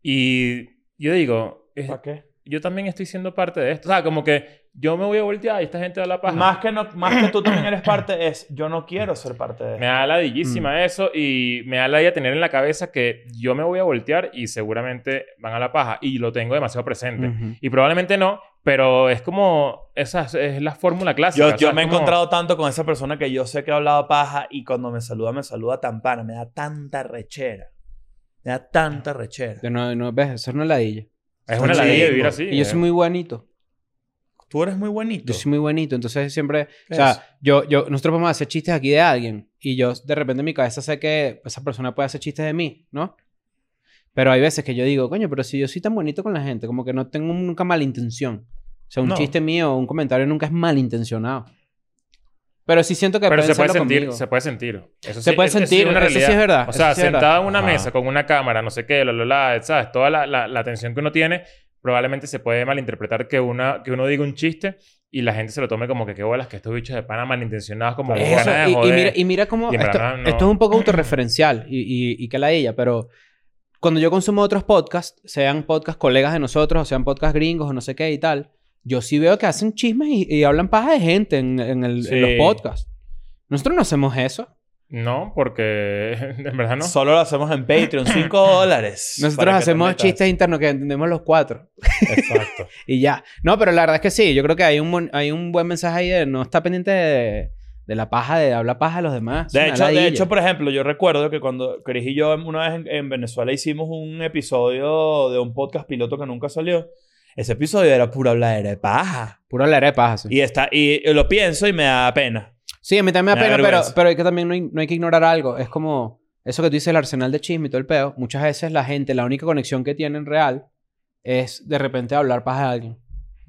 Y yo digo... es- ¿Para qué? yo también estoy siendo parte de esto. O sea, como que yo me voy a voltear y esta gente da la paja. Más que, no, más que tú también eres parte es, yo no quiero ser parte de Me esto. da ladillísima eso y me da ladilla tener en la cabeza que yo me voy a voltear y seguramente van a la paja. Y lo tengo demasiado presente. Ujú. Y probablemente no, pero es como... Esa es- es la fórmula clásica. Yo, o sea, yo es me he como- encontrado tanto con esa persona que yo sé que ha hablado paja y cuando me saluda, me saluda tan pana. Me da tanta rechera. Me da tanta rechera. Yo no, no, ves, eso no es ladilla. Es una Sí, ladilla mismo. vivir así. y yo soy muy buenito. Tú eres muy bonito. Yo soy muy buenito. Entonces siempre, o ¿Qué es? sea, yo, yo, nosotros vamos a hacer chistes aquí de alguien. Y yo de repente en mi cabeza sé que esa persona puede hacer chistes de mí, ¿no? Pero hay veces que yo digo, coño, pero si yo soy tan bonito con la gente, como que no tengo nunca mala intención. O sea, un No. chiste mío o un comentario nunca es malintencionado. Pero sí siento que Pero se pueden puede hacerlo sentir, conmigo. se puede sentir. Eso Se sí- puede eso- eso sí sentir, una eso sí es realidad. verdad, O Ah, eso sea, sí es verdad. sentado en una Ajá. mesa con una cámara, no sé qué, la, la, la, ¿sabes? Toda la, la, la atención que uno tiene, probablemente se puede malinterpretar que, una, que uno diga un chiste y la gente se lo tome como que qué bolas, que estos bichos de pana malintencionados, como que Eso, ganas de y, y joder. mira, y mira cómo... Y en esto, verdad no. esto es un poco autorreferencial y, y, y que la ella, pero cuando yo consumo otros podcasts, sean podcasts colegas de nosotros o sean podcasts gringos o no sé qué y tal, yo sí veo que hacen chismes y, y hablan paja de gente en, en el- en los Sí. podcasts. Nosotros no hacemos eso. No, porque en verdad no. Solo lo hacemos en Patreon, 5 dólares. Nosotros para que te hacemos metas. chistes internos que entendemos los cuatro. Exacto. Y ya. No, pero la verdad es que sí. Yo creo que hay un, mon- hay un buen mensaje ahí de no estar pendiente de, de la paja, de hablar paja de los demás. Es De una hecho, de ladilla. hecho, por ejemplo, yo recuerdo que cuando Chris y yo una vez en, en Venezuela hicimos un episodio de un podcast piloto que nunca salió. Ese episodio era pura habladera de paja. Puro hablar de paja, sí. Y, está, y lo pienso y me da pena. Sí, a mí también me da Me da pena, pero, vergüenza. pero hay que también no hay, no hay que ignorar algo. Es como eso que tú dices, el arsenal de chisme y todo el pedo. Muchas veces la gente, la única conexión que tienen real es de repente hablar paja de alguien.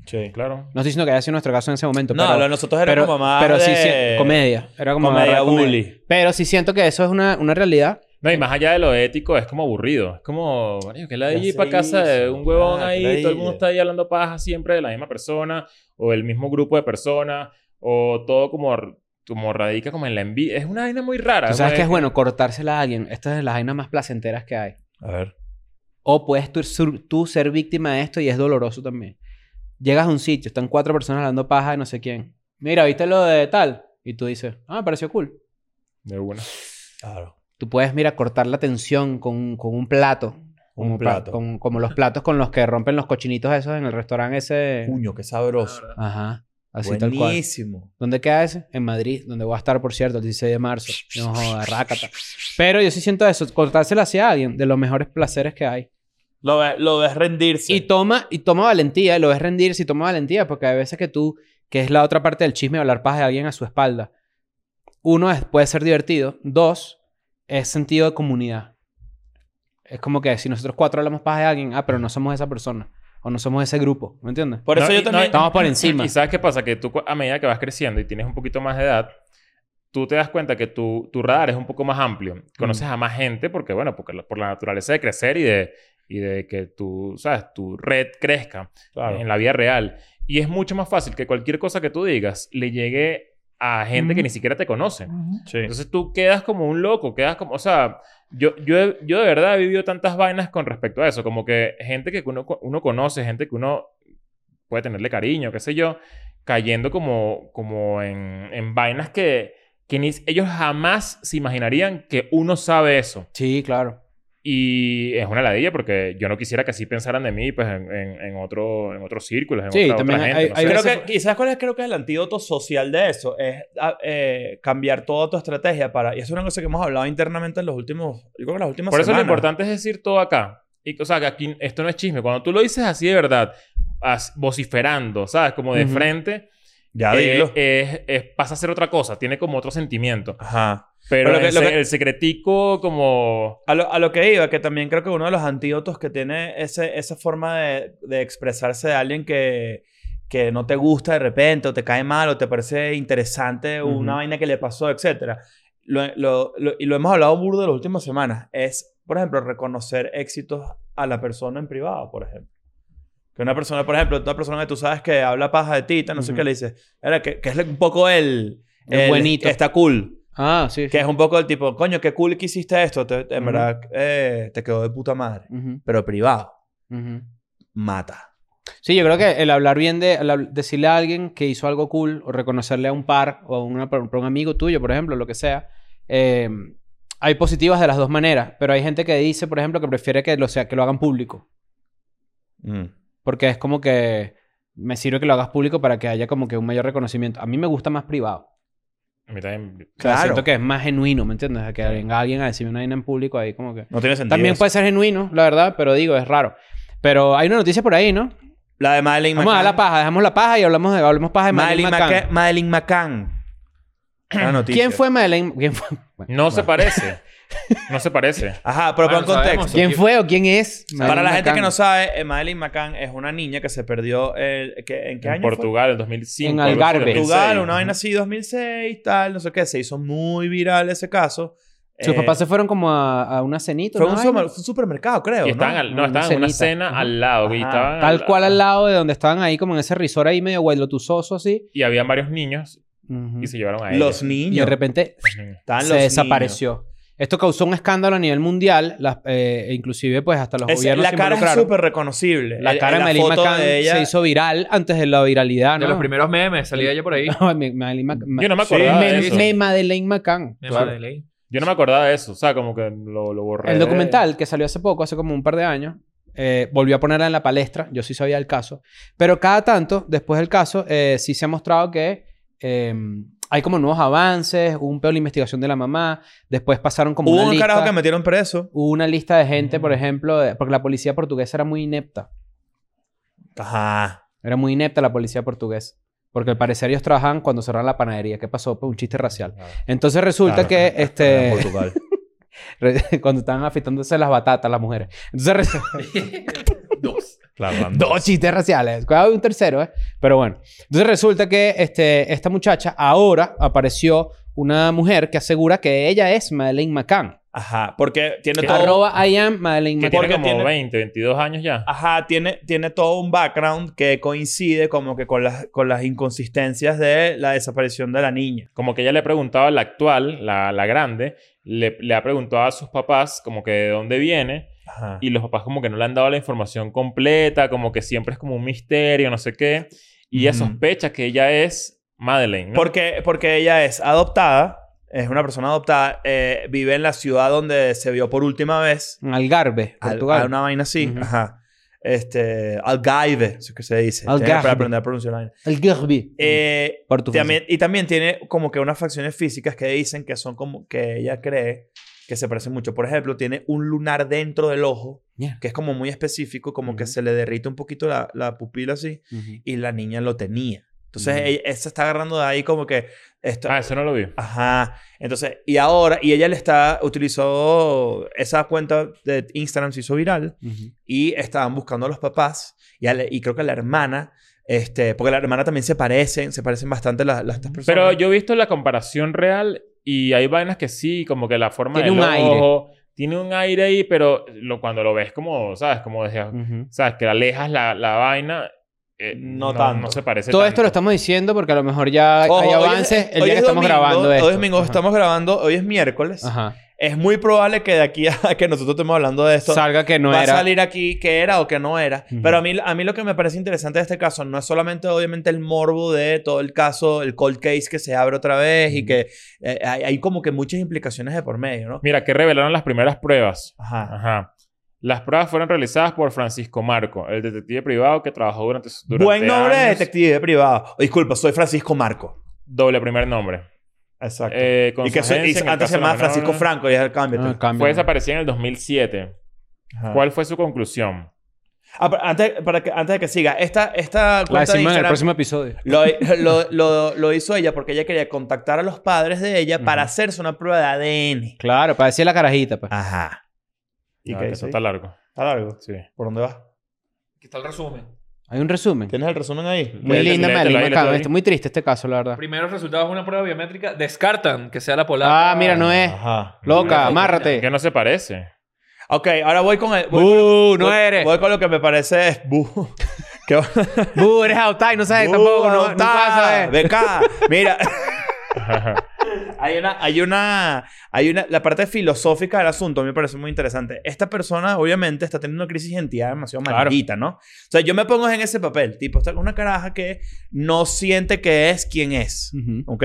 Sí. Claro. No estoy diciendo que haya sido nuestro caso en ese momento, No, pero, lo de nosotros era pero, como más pero sí, de- si- comedia. Era como comedia agarrar bully. Pero sí siento que eso es una, una realidad No, y más allá de lo ético, es como aburrido. Es como, marico, que la Ya de se para casa de hizo, un huevón claro, Ah, ahí, ladilla. todo el mundo está ahí hablando paja siempre de la misma persona, o el mismo grupo de personas, o todo como, r- como radica como en la envidia. Es una vaina muy rara. Tú sabes ¿no? que es bueno cortársela a alguien. Esta es de las vainas más placenteras que hay. A ver. O puedes tú, sur- tú ser víctima de esto y es doloroso también. Llegas a un sitio, están cuatro personas hablando paja de no sé quién. Mira, ¿viste lo de tal? Y tú dices, ah, me pareció cool. De una. Claro. Tú puedes, mira, cortar la tensión con, con un plato. Un Como pa- plato. como- como los platos con los que rompen los cochinitos esos en el restaurante ese. Puño, qué sabroso. Ajá. Así tal cual. Buenísimo. ¿Dónde queda ese? En Madrid, donde voy a estar, por cierto, el 16 de marzo. No joda, rácata. Pero yo sí siento eso, cortársela hacia alguien, de los mejores placeres que hay. Lo, ve- lo ves rendirse. Y toma, y toma valentía, y lo ves rendirse y toma valentía, porque hay veces que tú, que es la otra parte del chisme, hablar paz de alguien a su espalda. Uno, es, puede ser divertido. Dos, es sentido de comunidad. Es como que si nosotros cuatro hablamos paz de alguien, ah, pero no somos esa persona, o no somos ese grupo, ¿me entiendes? Por eso No, y- yo no, también. Estamos por encima. Y sabes qué pasa? Que tú, cu- a medida que vas creciendo y tienes un poquito más de edad, tú te das cuenta que tu, tu radar es un poco más amplio. Conoces a más gente porque, bueno, porque la- por la naturaleza de crecer y de, y de que tu, ¿sabes? tu red crezca Claro. en la vida real. Y es mucho más fácil que cualquier cosa que tú digas le llegue a gente que ni siquiera te conoce. Sí. Entonces tú quedas como un loco, quedas como, o sea, yo, yo, he- yo de verdad he vivido tantas vainas con respecto a eso, como que gente que uno, co- uno conoce, gente que uno puede tenerle cariño, qué sé yo, cayendo como, como en, en vainas que, que ni, ellos jamás se imaginarían que uno sabe eso. Sí, claro. Y es una ladilla porque yo no quisiera que así pensaran de mí pues en, en, en otro, en otros círculos, en Sí, otra, también otra hay- gente. no hay- sé. hay- Creo veces- que, ¿Y sabes cuál es? Creo que es el antídoto social de eso. Es ah, eh, cambiar toda tu estrategia para. Y eso es una cosa que hemos hablado internamente en los últimos. Yo creo que en las últimas Por eso lo semanas. importante es decir todo acá. Y, o sea, que aquí esto no es chisme. Cuando tú lo dices así de verdad, as- vociferando, ¿sabes? Como de Ujú. frente, Ya eh, eh, dilo. es- es- pasa a ser otra cosa. Tiene como otro sentimiento. Ajá. Pero, Pero lo que- el, lo se- que- el secretico como... A lo, a lo que iba, que también creo que uno de los antídotos que tiene ese, esa forma de, de expresarse de alguien que, que no te gusta de repente, o te cae mal, o te parece interesante una Ujú. vaina que le pasó, etc. Lo, lo- lo- y lo hemos hablado burdo de las últimas semanas. Es, por ejemplo, reconocer éxitos a la persona en privado, por ejemplo. Que una persona, por ejemplo, una persona que tú sabes que habla paja de ti, tal, no sé Ujú. qué, le dices, "Era que, que es un poco el... El buenito. Está cool. Ah, sí. sí. Que es un poco el tipo, coño, qué cool que hiciste esto. te- en Ujú. verdad, eh, te quedó de puta madre. Ujú, Pero privado, ujú. mata. Sí, yo creo que el hablar bien de el hab- decirle a alguien que hizo algo cool o reconocerle a un par o a, una- a un amigo tuyo, por ejemplo, lo que sea, eh, hay positivas de las dos maneras, pero hay gente que dice, por ejemplo, que prefiere que lo, sea, que lo hagan público, Mm. porque es como que me sirve que lo hagas público para que haya como que un mayor reconocimiento. A mí me gusta más privado. A mí también... O sea, Claro. Siento que es más genuino, ¿me entiendes? A Que venga alguien a decirme una vaina en público ahí como que... No tiene sentido. También pues, eso. puede ser genuino, la verdad, pero digo, es raro. Pero hay una noticia por ahí, ¿no? La de Madeleine Vamos a McCann. dar la paja, dejamos la paja y hablamos de hablemos paja de Madeleine Madeleine McCann. McCann. Madeleine McCann. Una noticia. ¿Quién fue Madeleine? ¿Quién fue? Bueno. No se parece. No se parece. Ajá, pero Bueno, pon contexto. sabemos. ¿Quién fue o quién es? Para la Madeleine gente que McCann? no sabe, eh, Madeleine McCann es una niña que se perdió el, que- en qué En año fue? Portugal, en 2005. En algo así, Algarve. 2006. Portugal, una vaina así, 2006, tal, no sé qué. Se hizo muy viral ese caso. Sus Eh, papás se fueron como a, a una cenita. Fue una un, vaina. super- fue un supermercado, creo, Y ¿no? estaban, al- no, Una estaban en una cenita. cena Ajá. al lado. Y Ajá. estaban Tal ah. cual al lado de donde estaban ahí, como en ese resort ahí medio guaylotuzoso así. Y habían varios niños Ujú. y se llevaron a ellos. Los Y de niños. repente Los niños. Estaban se los niños. desapareció. Esto causó un escándalo a nivel mundial, las- eh, e inclusive pues hasta los Es- gobiernos la se cara es involucraron. súper reconocible. La El- cara de la Madeleine foto McCann de ella- se hizo viral antes de la viralidad, De Ah, ¿no? los primeros memes, salía ella por ahí. No, mi- Madeleine Mac- Yo no me Sí, acordaba de Me- eso. me Madeleine McCann. Me Claro. mandé ley. Yo no me acordaba de eso. O sea, como que lo, lo borré. Eh. El documental que salió hace poco, hace como un par de años, eh, volvió a ponerla en la palestra. Yo sí sabía el caso. Pero cada tanto, después del caso, eh, sí se ha mostrado que eh, hay como nuevos avances. Hubo un peor la investigación de la mamá. Después pasaron como Hubo una un lista. carajo que metieron preso. Hubo una lista de gente, por Mm. ejemplo, de- porque la policía portuguesa era muy inepta. Ajá. Era muy inepta la policía portuguesa. Porque al parecer ellos trabajaban cuando cerraron la panadería. ¿Qué pasó? Pues un chiste racial. Entonces resulta Claro. que Ah, En este, Portugal. re- cuando estaban afeitándose las batatas las mujeres. Entonces re- Dos. Claro, Dos chistes raciales. Cuidado, hay un tercero, ¿eh? Pero bueno. Entonces resulta que este, esta muchacha ahora apareció una mujer que asegura que ella es Madeleine McCann. Ajá, porque tiene Que todo... Arroba I am Madeleine Que Mateo. tiene Porque como tiene- Ah. 20, 22 años ya. Ajá, tiene, tiene todo un background que coincide como que con las, con las inconsistencias de la desaparición de la niña. Como que ella le preguntaba a la actual, la, la grande, le, le ha preguntado a sus papás como que de dónde viene Ajá. y los papás como que no le han dado la información completa, como que siempre es como un misterio, no sé qué. Y ella Ujú. sospecha que ella es Madeleine, ¿no? Porque, porque ella es adoptada, es una persona adoptada, eh, vive en la ciudad donde se vio por última vez. En Algarve, Al- Portugal. a una vaina así. Ujú. Ajá. Este, Algarve, eso es que se dice. Tiene Algarve. Para aprender a pronunciar la vaina. Algarve. Eh, Por tu también, y también tiene como que unas facciones físicas que dicen que son como que ella cree que se parecen mucho. Por ejemplo, tiene un lunar dentro del ojo Mierda. que es como muy específico, como que Ujú. se le derrite un poquito la, la pupila así Ujú. y la niña lo tenía. Entonces, Ujú. ella, se está agarrando de ahí como que... Esto, Ah, eso no lo vi. Ajá. Entonces, y ahora, y ella le está, utilizó esa cuenta de Instagram, se hizo viral, Ujú. y estaban buscando a los papás, y, a la- y creo que a la hermana, este, porque la hermana también se parecen, se parecen bastante las las estas personas. Pero yo he visto la comparación real y hay vainas que sí, como que la forma Tiene del un aire. ojo tiene un aire ahí, pero lo, cuando lo ves como, ¿sabes? Como desde, Ujú. ¿sabes? Que alejas la, la vaina, eh, No tanto. No se parece Todo tanto. esto lo estamos diciendo porque a lo mejor ya Ojo, hay hoy es- avances el hoy día es que estamos domingo, grabando esto. Hoy es domingo, Ajá. estamos grabando, hoy es miércoles. Ajá. Es muy probable que de aquí a que nosotros estemos hablando de esto, Salga que no va era. a salir aquí que era o que no era. Ujú. Pero a mí, a mí lo que me parece interesante de este caso no es solamente obviamente el morbo de todo el caso, el cold case que se abre otra vez y Ujú. que eh, hay, hay como que muchas implicaciones de por medio, ¿no? Mira, que revelaron las primeras pruebas. Ajá. Ajá. Las pruebas fueron realizadas por Francisco Marco, el detective privado que trabajó durante, su- durante Buen nombre de años. detective privado. Oh, disculpa, soy Francisco Marco. Doble primer nombre. Exacto. Eh, con y su que soy- y agencia en el antes se caso de llamaba Manolo, Francisco Franco y es el cambio. Ah, tú. cambio. Fue desaparecida en el 2007. Ajá. ¿Cuál fue su conclusión? Ah, pero antes, para que, antes de que siga, esta, esta La cuenta de decimos en el Instagram próximo episodio. Lo, lo- lo- lo hizo ella porque ella quería contactar a los padres de ella para Ujú. hacerse una prueba de ADN. Claro, para decir la carajita, Ah. pues. Ajá. Ah, ¿Y qué que dice eso ahí? está largo. Está largo. Sí. ¿Por dónde vas? Aquí está el resumen. Hay un resumen. ¿Tienes el resumen ahí? Muy Léete- linda, léetelo Madeline ahí, McCann. léetelo ahí. Este- Muy triste este caso, la verdad. Primeros resultados de una prueba biométrica descartan que sea la polaca. Ah, mira, no es. Ajá. Loca, Mira, Que amárrate. no se parece. Ok, ahora voy con el. Voy, Uh, no voy- eres. Voy con lo que me parece es. Bu. ¿Qué va? Uh, eres outside, no sabes tampoco. No, eh. no sabes. Beca. Mira. Hay una, hay una, hay una, la parte filosófica del asunto a mí me parece muy interesante. Esta persona, obviamente, está teniendo una crisis de identidad demasiado Claro. maldita, ¿no? O sea, yo me pongo en ese papel, tipo, está con una caraja que no siente que es quien es, Ujú. ¿ok?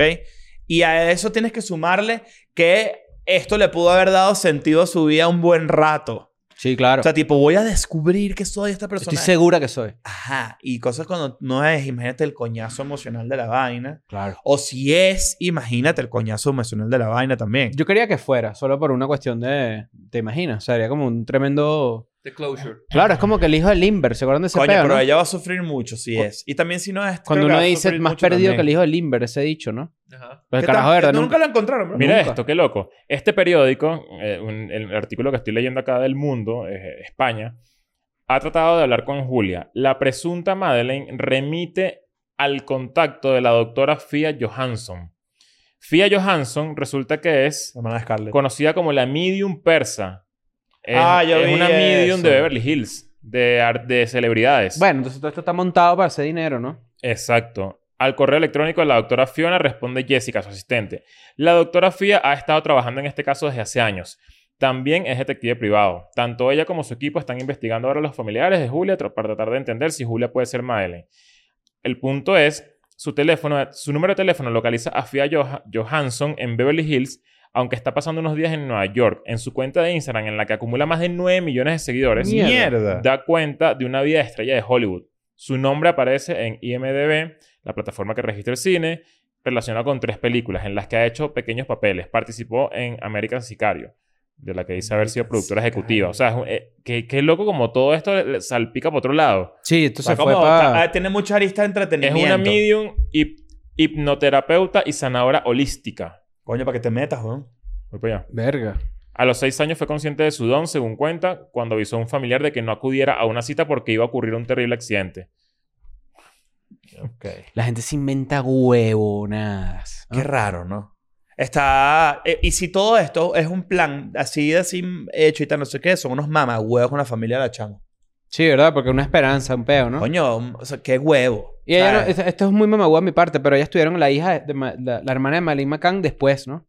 Y a eso tienes que sumarle que esto le pudo haber dado sentido a su vida un buen rato. Sí, claro. O sea, tipo, voy a descubrir que soy esta Estoy persona. segura que soy. Ajá. Y cosas cuando no es, imagínate el coñazo emocional de la vaina. Claro. O si es, imagínate el coñazo emocional de la vaina también. Yo quería que fuera, solo por una cuestión de. ¿Te imaginas? O sea, sería como un tremendo. The closure. Claro, es como que el hijo de Limber, ¿se acuerdan de ese Coño, peo, pero no? ella va a sufrir mucho si Co- es. Y también si no es. Cuando uno dice más perdido que el hijo de Limber, ese dicho, ¿no? Ajá. Pero el carajo de verdad Nunca, nunca. la encontraron, bro. Mira Nunca. esto, qué loco. Este periódico, eh, un- el artículo que estoy leyendo acá del mundo, eh, España, ha tratado de hablar con Julia. La presunta Madeleine remite al contacto de la doctora Fia Johansson. Fia Johansson resulta que es Hermana de Scarlett. conocida como la medium persa. Es, Ah, yo es vi una medium de eso. Beverly Hills, de, ar- de celebridades. Bueno, entonces todo esto está montado para hacer dinero, ¿no? Exacto. Al correo electrónico de la doctora Fiona responde Jessica, su asistente. La doctora Fia ha estado trabajando en este caso desde hace años. También es detective privado. Tanto ella como su equipo están investigando ahora a los familiares de Julia tra- para tratar de entender si Julia puede ser Madeleine. El punto es, su, teléfono, su número de teléfono localiza a Fia Joha- Johansson en Beverly Hills, aunque está pasando unos días en Nueva York. En su cuenta de Instagram, en la que acumula más de 9 millones de seguidores, Mierda. da cuenta de una vida de estrella de Hollywood. Su nombre aparece en IMDb, la plataforma que registra el cine, relacionado con tres películas en las que ha hecho pequeños papeles. Participó en American Sicario, de la que dice haber sido productora ejecutiva. O sea, es un- eh, qué, qué loco como todo esto le- le salpica por otro lado. Sí, entonces Está fue como- para. está- ah, tiene mucha arista de Es entretenimiento. una medium, hip- hipnoterapeuta y sanadora holística. Coño, para que te metas, weón. Voy para allá. Verga. A los seis años fue consciente de su don, según cuenta, cuando avisó a un familiar de que no acudiera a una cita porque iba a ocurrir un terrible accidente. Ok. La gente se inventa huevonadas. Ah. Qué raro, ¿no? Está. eh, y si todo esto es un plan así, así hecho y tal, no sé qué, son unos mamagüeos con la familia de la chama. Sí, ¿verdad? Porque una esperanza, un peo, ¿no? Coño, o sea, qué huevo. Y ella no- ¿sabes? esto esto es muy mamagüe de mi parte, pero ellas tuvieron la hija, de, Ma- la, la hermana de Malin McCann después, ¿no?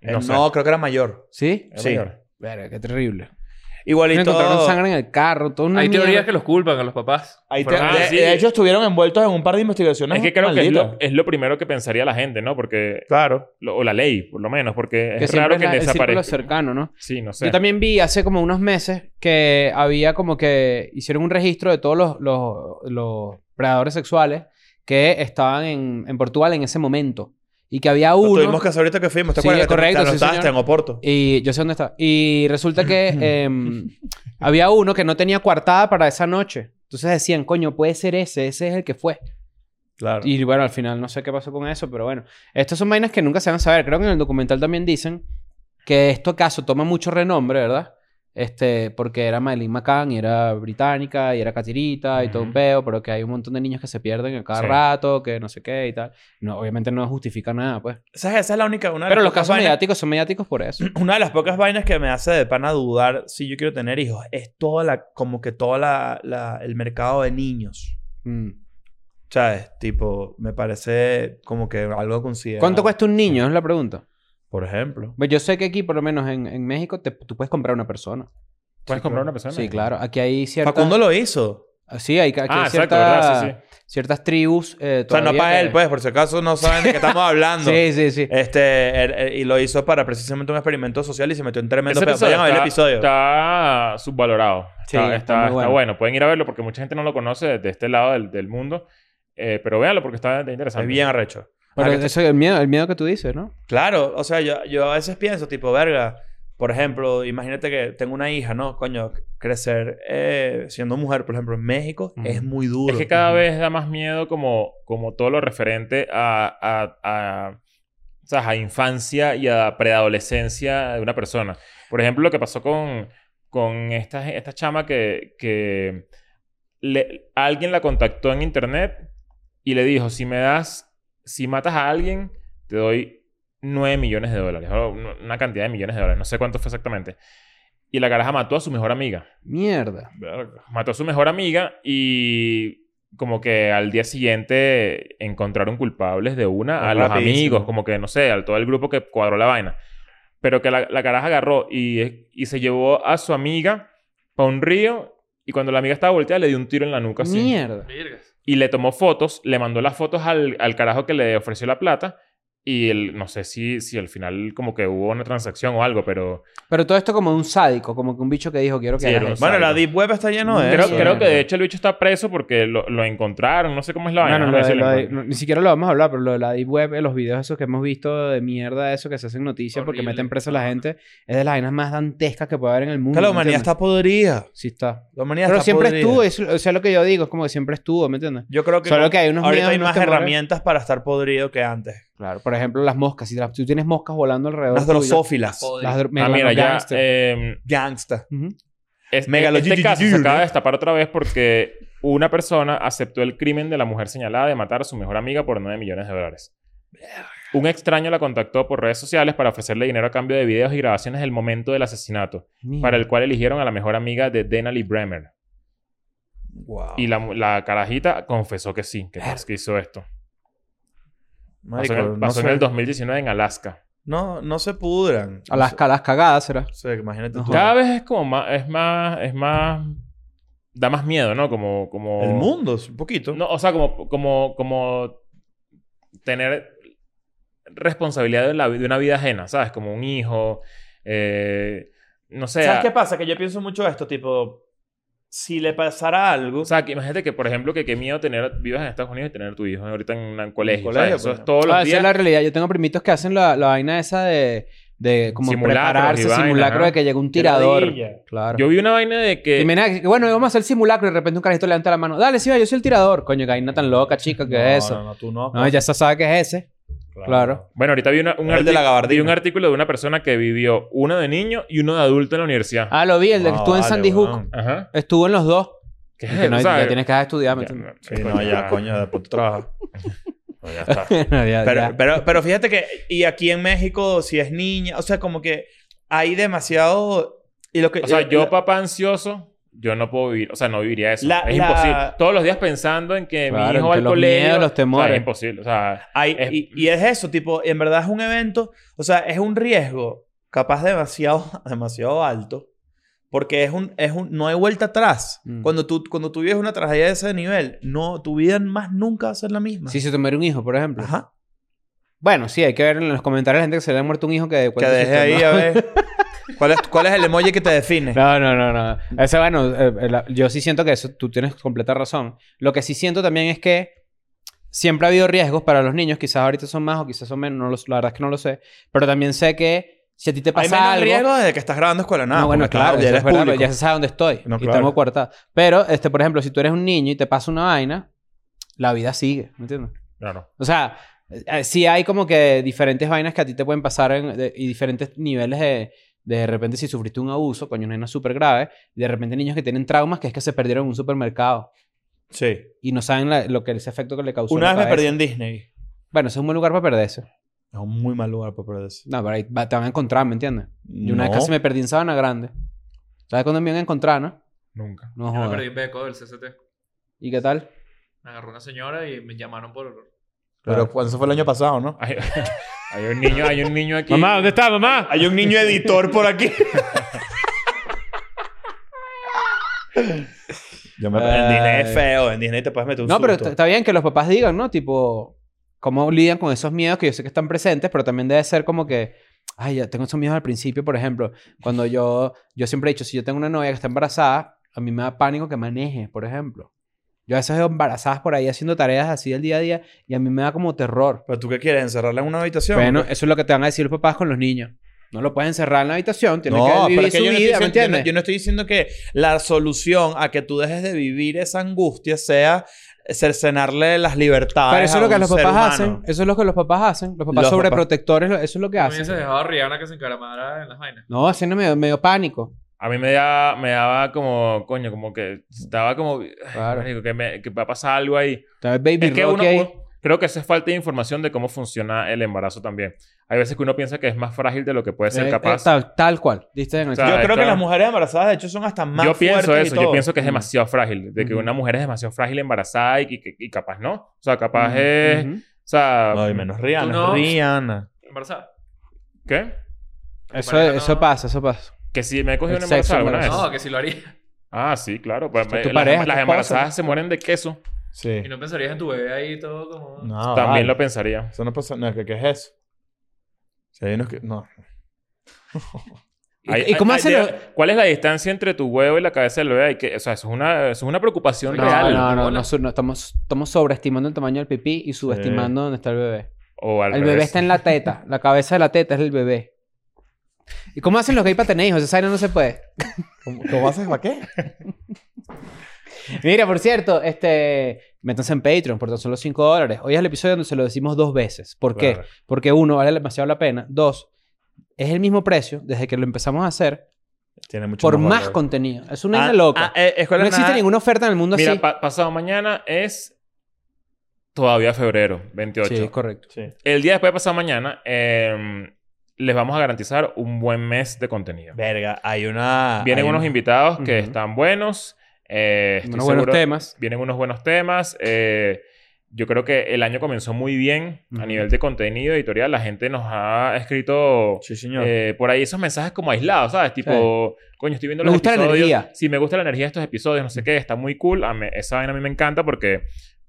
Eh, No no, sé. creo que era mayor. ¿Sí? Era Sí. mayor. Verga, qué terrible. Me Igualito. encontraron sangre en el carro, todo una Hay mierda. teorías que los culpan a los papás. Ahí te- Fueron- Ah, de, sí. de hecho, estuvieron envueltos en un par de investigaciones. Es que creo que es malditas. lo, es lo primero que pensaría la gente, ¿no? Porque... Claro. lo- o la ley, por lo menos. Porque Que es siempre raro es que la- el círculo desaparezca. cercano, ¿no? Sí, no sé. Yo también vi hace como unos meses que había como que hicieron un registro de todos los, los, los predadores sexuales que estaban en, en Portugal en ese momento. Y que había Lo uno... tuvimos que hacer ahorita que fuimos. ¿Te Sí, acuerdas? es correcto, Te sí, anotaste señor. en Oporto. Y yo sé dónde está. Y resulta que em, había uno que no tenía coartada para esa noche. Entonces decían, coño, puede ser ese, ese es el que fue. Claro. Y bueno, al final no sé qué pasó con eso, pero bueno. Estas son vainas que nunca se van a saber. Creo que en el documental también dicen que esto acaso toma mucho renombre, ¿verdad? Este, porque era Madeline McCann y era británica y era catirita y todo un Ujú. peo, pero que hay un montón de niños que se pierden a cada Sí. rato, que no sé qué y tal. No, obviamente no justifica nada, pues. ¿Sabes? Esa es la única. Una de Pero las los pocas casos vainas- mediáticos son mediáticos por eso. una de las pocas vainas que me hace de pana dudar si yo quiero tener hijos es toda la, como que todo la, la- el mercado de niños. Mm. ¿Sabes? Tipo, me parece como que algo a considerar. ¿Cuánto cuesta un niño? Es la pregunta. Por ejemplo. Pues Yo sé que aquí, por lo menos en, en México, te- tú puedes comprar una persona. ¿Puedes comprar Sí, claro. una persona? Sí, claro. Aquí hay ciertas... Facundo lo hizo. Sí, hay, aquí hay Ah, exacto, cierta- ¿verdad? Sí, sí. ciertas tribus. eh, O sea, no todavía para que- él, pues, por si acaso no saben de qué estamos hablando. Sí, sí, sí. Este, él- él- y lo hizo para precisamente un experimento social y se metió en tremendo Ese pedo. episodio Vayan a ver el está, episodio. está subvalorado. Sí, está, está está- muy está bueno. bueno. Pueden ir a verlo porque mucha gente no lo conoce de, de este lado del, del mundo. Eh, pero véanlo porque está interesante. Es bien arrecho. Pero Ah, que- eso es el miedo, el miedo que tú dices, ¿no? Claro, o sea, yo, yo a veces pienso, tipo, verga, por ejemplo, imagínate que tengo una hija, ¿no? Coño, crecer eh, siendo mujer, por ejemplo, en México Ujú. es muy duro. Es que cada vez da más miedo como, como todo lo referente a, a, a, o sea, a infancia y a preadolescencia de una persona. Por ejemplo, lo que pasó con, con esta, esta chama que, que le- alguien la contactó en internet y le dijo, si me das, si matas a alguien, te doy 9 millones de dólares. O una una cantidad de millones de dólares. No sé cuánto fue exactamente. Y la caraja mató a su mejor amiga Mierda. mató a su mejor amiga y como que al día siguiente encontraron culpables de una a los Rapidísimo. amigos, como que no sé, al todo el grupo que cuadró la vaina. Pero que la, la caraja agarró y, y se llevó a su amiga para un río y cuando la amiga estaba volteada le dio un tiro en la nuca así. Mierda. Virgas. Y le tomó fotos, le mandó las fotos al, al carajo que le ofreció la plata y él, no sé si, si al final como que hubo una transacción o algo, pero... Pero todo esto como un sádico, como que un bicho que dijo, quiero que Sí, hagas era un esto. Bueno, la Exacto. Deep Web está lleno de Creo, eso. creo que de hecho el bicho está preso porque lo, lo encontraron, no sé cómo es la No, vaina. no, a lo ver de- si lo lo de- encuentro. no, pues. ni siquiera lo vamos a hablar, pero lo de la Deep Web, eh, los videos esos que hemos visto de mierda, eso que se hacen noticias porque Horrible. meten presa a la gente, es de las vainas más dantescas que puede haber en el mundo. Que la ¿me humanidad entiendes? está podrida. Sí está. La humanidad Mm, Pero está siempre podrida. estuvo, eso- o sea, lo que yo digo es como que siempre estuvo, ¿me entiendes? Yo creo que, Solo con- que hay unos ahorita miedos, Este hay unos más temores. herramientas para estar podrido que antes. Claro, por ejemplo, las moscas. Si las- tú tienes moscas volando alrededor Las tuyo, drosófilas. Las dro- Ah, mira, ya. megalogangster. eh, Gangsta. Ujú. es- Megalo- este caso se ¿no? acaba de destapar otra vez porque una persona aceptó el crimen de la mujer señalada de matar a su mejor amiga por 9 millones de dólares. Un extraño la contactó por redes sociales para ofrecerle dinero a cambio de videos y grabaciones del momento del asesinato, Mierda. para el cual eligieron a la mejor amiga de Denali Bremer. Wow. Y la, mu- la carajita confesó que sí, que, que hizo esto. Pasó, Marico, en, el- no, pasó en se- el 2019 en Alaska. no, no se pudran. A las, a las cagadas será. O sea, imagínate No tú. Cada vez es como más, es más, es más, da más miedo, ¿no? Como, como... El mundo, un poquito. No, o sea, como, como, como tener responsabilidad de, la, vi- de una vida ajena, ¿sabes? Como un hijo, eh, no sé. ¿Sabes a- qué pasa? Que yo pienso mucho esto, tipo, si le pasara algo, O sea, que imagínate que, por ejemplo, que qué miedo tener, vivas en Estados Unidos y tener tu hijo ahorita en un colegio. ¿sabes? colegio, Eso pues, es no. todos los Ah, esa es días. la realidad. Yo tengo primitos que hacen la, la vaina esa de, de como Simulacros y prepararse, vainas, simulacro ¿no? de que llega un Qué tirador. ladilla. Claro. Yo vi una vaina de que... Y mira, que, bueno, vamos a hacer el simulacro y de repente un carajito levanta la mano. Dale, sí, va, yo soy el tirador. Coño, vaina tan loca, chica, que es eso. No, No, no, tú no. pues, ya se sabe que es ese. claro. Bueno, ahorita vi, una- un, El de la arti- gabardina. vi un artículo de una persona que vivió uno de niño y uno de adulto en la universidad. Ah, lo vi, el de que No, estuvo en vale, Sandy Hook. weón. Ajá. Estuvo en los dos. ¿Qué Que no, O ya sea, tienes que dejar de estudiar, ¿me ya- entiendes? Sí, no, ya, coño, después tú trabajas. Bueno, ya está. Ya, Pero, ya. pero, pero fíjate que, y aquí en México, si es niña, o sea, como que hay demasiado. Y lo que, eh, O sea, la- yo, papá ansioso, yo no puedo vivir, o sea, no viviría eso. La- es la- imposible. Todos los días pensando en que Claro, mi hijo entre va al los colegio. miedos, los o sea, temores. es imposible. O sea, hay- es- y, y es eso, tipo, en verdad es un evento, o sea, es un riesgo capaz demasiado, demasiado alto, porque es un, es un, no hay vuelta atrás. Mm. Cuando, tú, cuando tú vives una tragedia de ese nivel, no, tu vida más nunca va a ser la misma. Si se te muere un hijo, por ejemplo. Ajá. Bueno, sí, hay que ver en los comentarios la gente que se le ha muerto un hijo que... Que cuente su deje ahí historia, a ¿no? ver. ¿Cuál es, ¿Cuál es el emoji que te define? No, no, no, no. Ese, bueno, eh, eh, la- yo sí siento que eso, tú tienes completa razón. Lo que sí siento también es que siempre ha habido riesgos para los niños. Quizás ahorita son más o quizás son menos. No lo- la verdad es que no lo sé. Pero también sé que si a ti te hay pasa menos algo... riesgo desde que estás grabando escuela nada. no, bueno, porque, claro, ya eso eres es verdad, pero público. ya se sabe dónde estoy No, y claro. tengo cuarta. Pero, este, por ejemplo, si tú eres un niño y te pasa una vaina, la vida sigue, ¿me entiendes? claro. O sea, eh, eh, sí hay como que diferentes vainas que a ti te pueden pasar en- de- y diferentes niveles de... De repente, si sufriste un abuso, coño, una vaina súper grave. Y de repente, niños que tienen traumas, que es que se perdieron en un supermercado. Sí. Y no saben la- lo que ese efecto que le causó. Una en vez la me perdí cabeza. en Disney. Bueno, ese es un buen lugar para perderse. Es un muy mal lugar para perderse. No, pero ahí va- te van a encontrar, ¿me entiendes? Yo una No. vez casi me perdí en Sabana Grande. ¿Sabes cuándo me iban a encontrar, no? Nunca. No Yo me jodas. perdí en Beco del CCT. ¿Y qué tal? Me agarró una señora y me llamaron por... Pero cuando eso fue el año pasado, ¿no? Hay, hay un niño, hay un niño aquí. está, mamá? Hay un niño editor por aquí. Yo me... En Disney es feo. En Disney te puedes meter un No, pero susto. está está bien que los papás digan, ¿no? Tipo, cómo lidian con esos miedos que yo sé que están presentes, pero también debe ser como que, ay, ya tengo esos miedos al principio, por ejemplo, cuando yo, yo siempre he dicho, si yo tengo una novia que está embarazada, a mí me da pánico que maneje, por ejemplo. Yo a veces veo embarazadas por ahí haciendo tareas así del día a día y a mí me da como terror. ¿Pero tú qué quieres? ¿Encerrarla en una habitación? Bueno, eso es lo que te van a decir los papás con los niños. No lo pueden encerrar en la habitación, tienen que pero vivir es que su yo no estoy diciendo- vida, ¿me yo no- entiendes? Yo no estoy diciendo que la solución a que tú dejes de vivir esa angustia sea cercenarle las libertades. Pero eso es lo que Ah, un los ser humano. papás hacen. Eso es lo que los papás hacen. Los papás Los papás. sobreprotectores, lo- eso es lo que Me hacen. hubiese dejado a Rihanna que se encaramara en las vainas. No, así no me dio, me dio pánico. A mí me daba, me daba como, coño, como que estaba como, ay, Claro. marico, que, me- que va a pasar algo ahí. Tal vez Baby Es que Rocky uno, ahí. uno- creo que eso es falta de información de cómo funciona el embarazo también. Hay veces que uno piensa que es más frágil de lo que puede ser Eh, capaz. eh, tal, tal cual. Diste en el O sea, Yo creo que está- las mujeres embarazadas, de hecho, son hasta más yo pienso fuertes y eso, yo todo. pienso que es demasiado frágil, de que Ujú. una mujer es demasiado frágil embarazada y, que- y capaz no. O sea, capaz Ujú, es. ujú. O sea. No, y menos Rihanna. Tú no. Rihanna. ¿Embarazada? ¿Qué? Eso, pareja no- eso pasa, eso pasa. Que si me he cogido una El embarazada sexo alguna vez. No, que si lo haría. Ah, sí, claro. pues, Está me- tu las, pareja, tu las esposa. embarazadas se mueren de queso. Sí. Y no pensarías en tu bebé ahí todo como... Ah, No, También vale. lo pensaría. Eso no pasa. No, ¿qué, qué es eso? Si hay unos que. No. ¿Y- y cómo hacen de- los- ¿Cuál es la distancia entre tu huevo y la cabeza del bebé? Hay que- o sea, eso es una, eso es una preocupación No, real. no, no, Hola. no, su- no, estamos, estamos sobreestimando el tamaño del pipí y subestimando dónde está el bebé. O al el bebé revés. está en la teta. la cabeza de la teta es el bebé. ¿Y cómo hacen los gays para tener hijos? Esa vaina no se puede. ¿Cómo, cómo haces para qué? Mira, por cierto, este, métanse en Patreon por tan solo 5 dólares. Hoy es el episodio donde se lo decimos dos veces. ¿Por qué? Claro. Porque uno, vale demasiado la pena. Dos, es el mismo precio desde que lo empezamos a hacer Tiene mucho por más valor. contenido. Es una Ah, isla loca. ah, eh, escuela no existe nada- ninguna oferta en el mundo Mira, así. pa- pasado mañana es todavía febrero, 28. Sí, correcto. Sí. el día después de pasado mañana eh, les vamos a garantizar un buen mes de contenido. Verga, hay una. Vienen hay unos un- invitados que Ah, Ujú. están buenos. eh, estoy Unos buenos seguro- temas. Vienen unos buenos temas. eh, yo creo que el año comenzó muy bien a Ujú. nivel de contenido editorial. La gente nos ha escrito Sí, señor. eh, por ahí esos mensajes como aislados, ¿sabes? Tipo, coño, estoy viendo Me los gusta la episodios. energía. Mm. Sí, me gusta la energía de estos episodios, no sé qué, está muy cool. A mí- esa vaina a mí me encanta porque,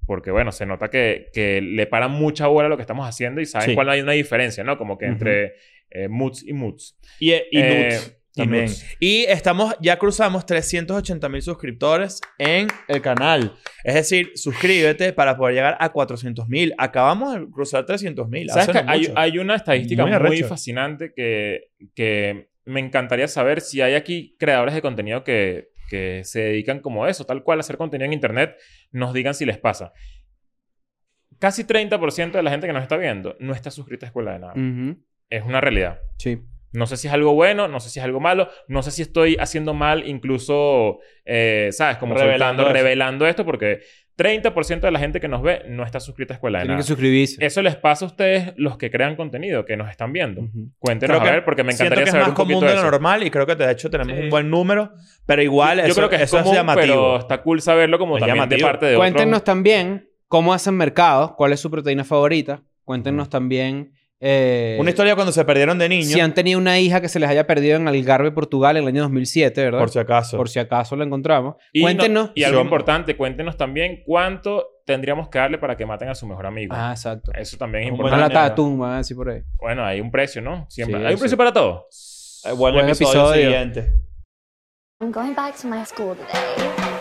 porque bueno, se nota que, que le paran mucha bola a lo que estamos haciendo y saben Sí. cuál hay una diferencia, ¿no? Como que Ujú. entre eh, moods y moods. Y, y Eh, Nudes y también. Nudes. Y estamos, ya cruzamos 380 mil suscriptores en el canal. Es decir, suscríbete para poder llegar a 400 mil. Acabamos de cruzar 300 mil. ¿Sabes que hay, hay una estadística Muy muy, arrecho. fascinante que, que me encantaría saber si hay aquí creadores de contenido que, que se dedican como eso, tal cual, a hacer contenido en Internet, nos digan si les pasa. Casi 30% de la gente que nos está viendo no está suscrita a Escuela de Nada. Mm. Ujú. Es una realidad. Sí. No sé si es algo bueno, no sé si es algo malo, no sé si estoy haciendo mal, incluso, eh, ¿sabes? Como revelando, Revelando eso. revelando esto, porque 30% de la gente que nos ve no está suscrita a Escuela de Tienen Nada. que suscribirse. Eso les pasa a ustedes, los que crean contenido, que nos están viendo. Ujú. Cuéntenos Creo a que- ver, porque me Siento que encantaría es saber más un poquito común de de lo eso. normal y creo que de hecho tenemos Sí. un buen número, pero igual Yo eso, creo que es eso común, llamativo. pero está cool saberlo como Es también de llamativo. parte de otros. Cuéntenos también cómo hacen mercados, cuál es su proteína favorita. Cuéntenos también. eh, Una historia cuando se perdieron de niños, Si han tenido una hija que se les haya perdido en Algarve, Portugal, en el año 2007, ¿verdad? por si acaso. Por si acaso la encontramos. Y no- Cuéntenos. y algo Son- importante, cuéntenos también cuánto tendríamos que darle para que maten a su mejor amigo. Ah, exacto. Eso también es Un Una buen importante. dinero. lata de atún, van a decir por ahí. Bueno, hay un precio, ¿no? Siempre. Sí, hay un sí. precio para todo. Eh, Buen, Buen episodio, episodio. siguiente. I'm going back to my school today.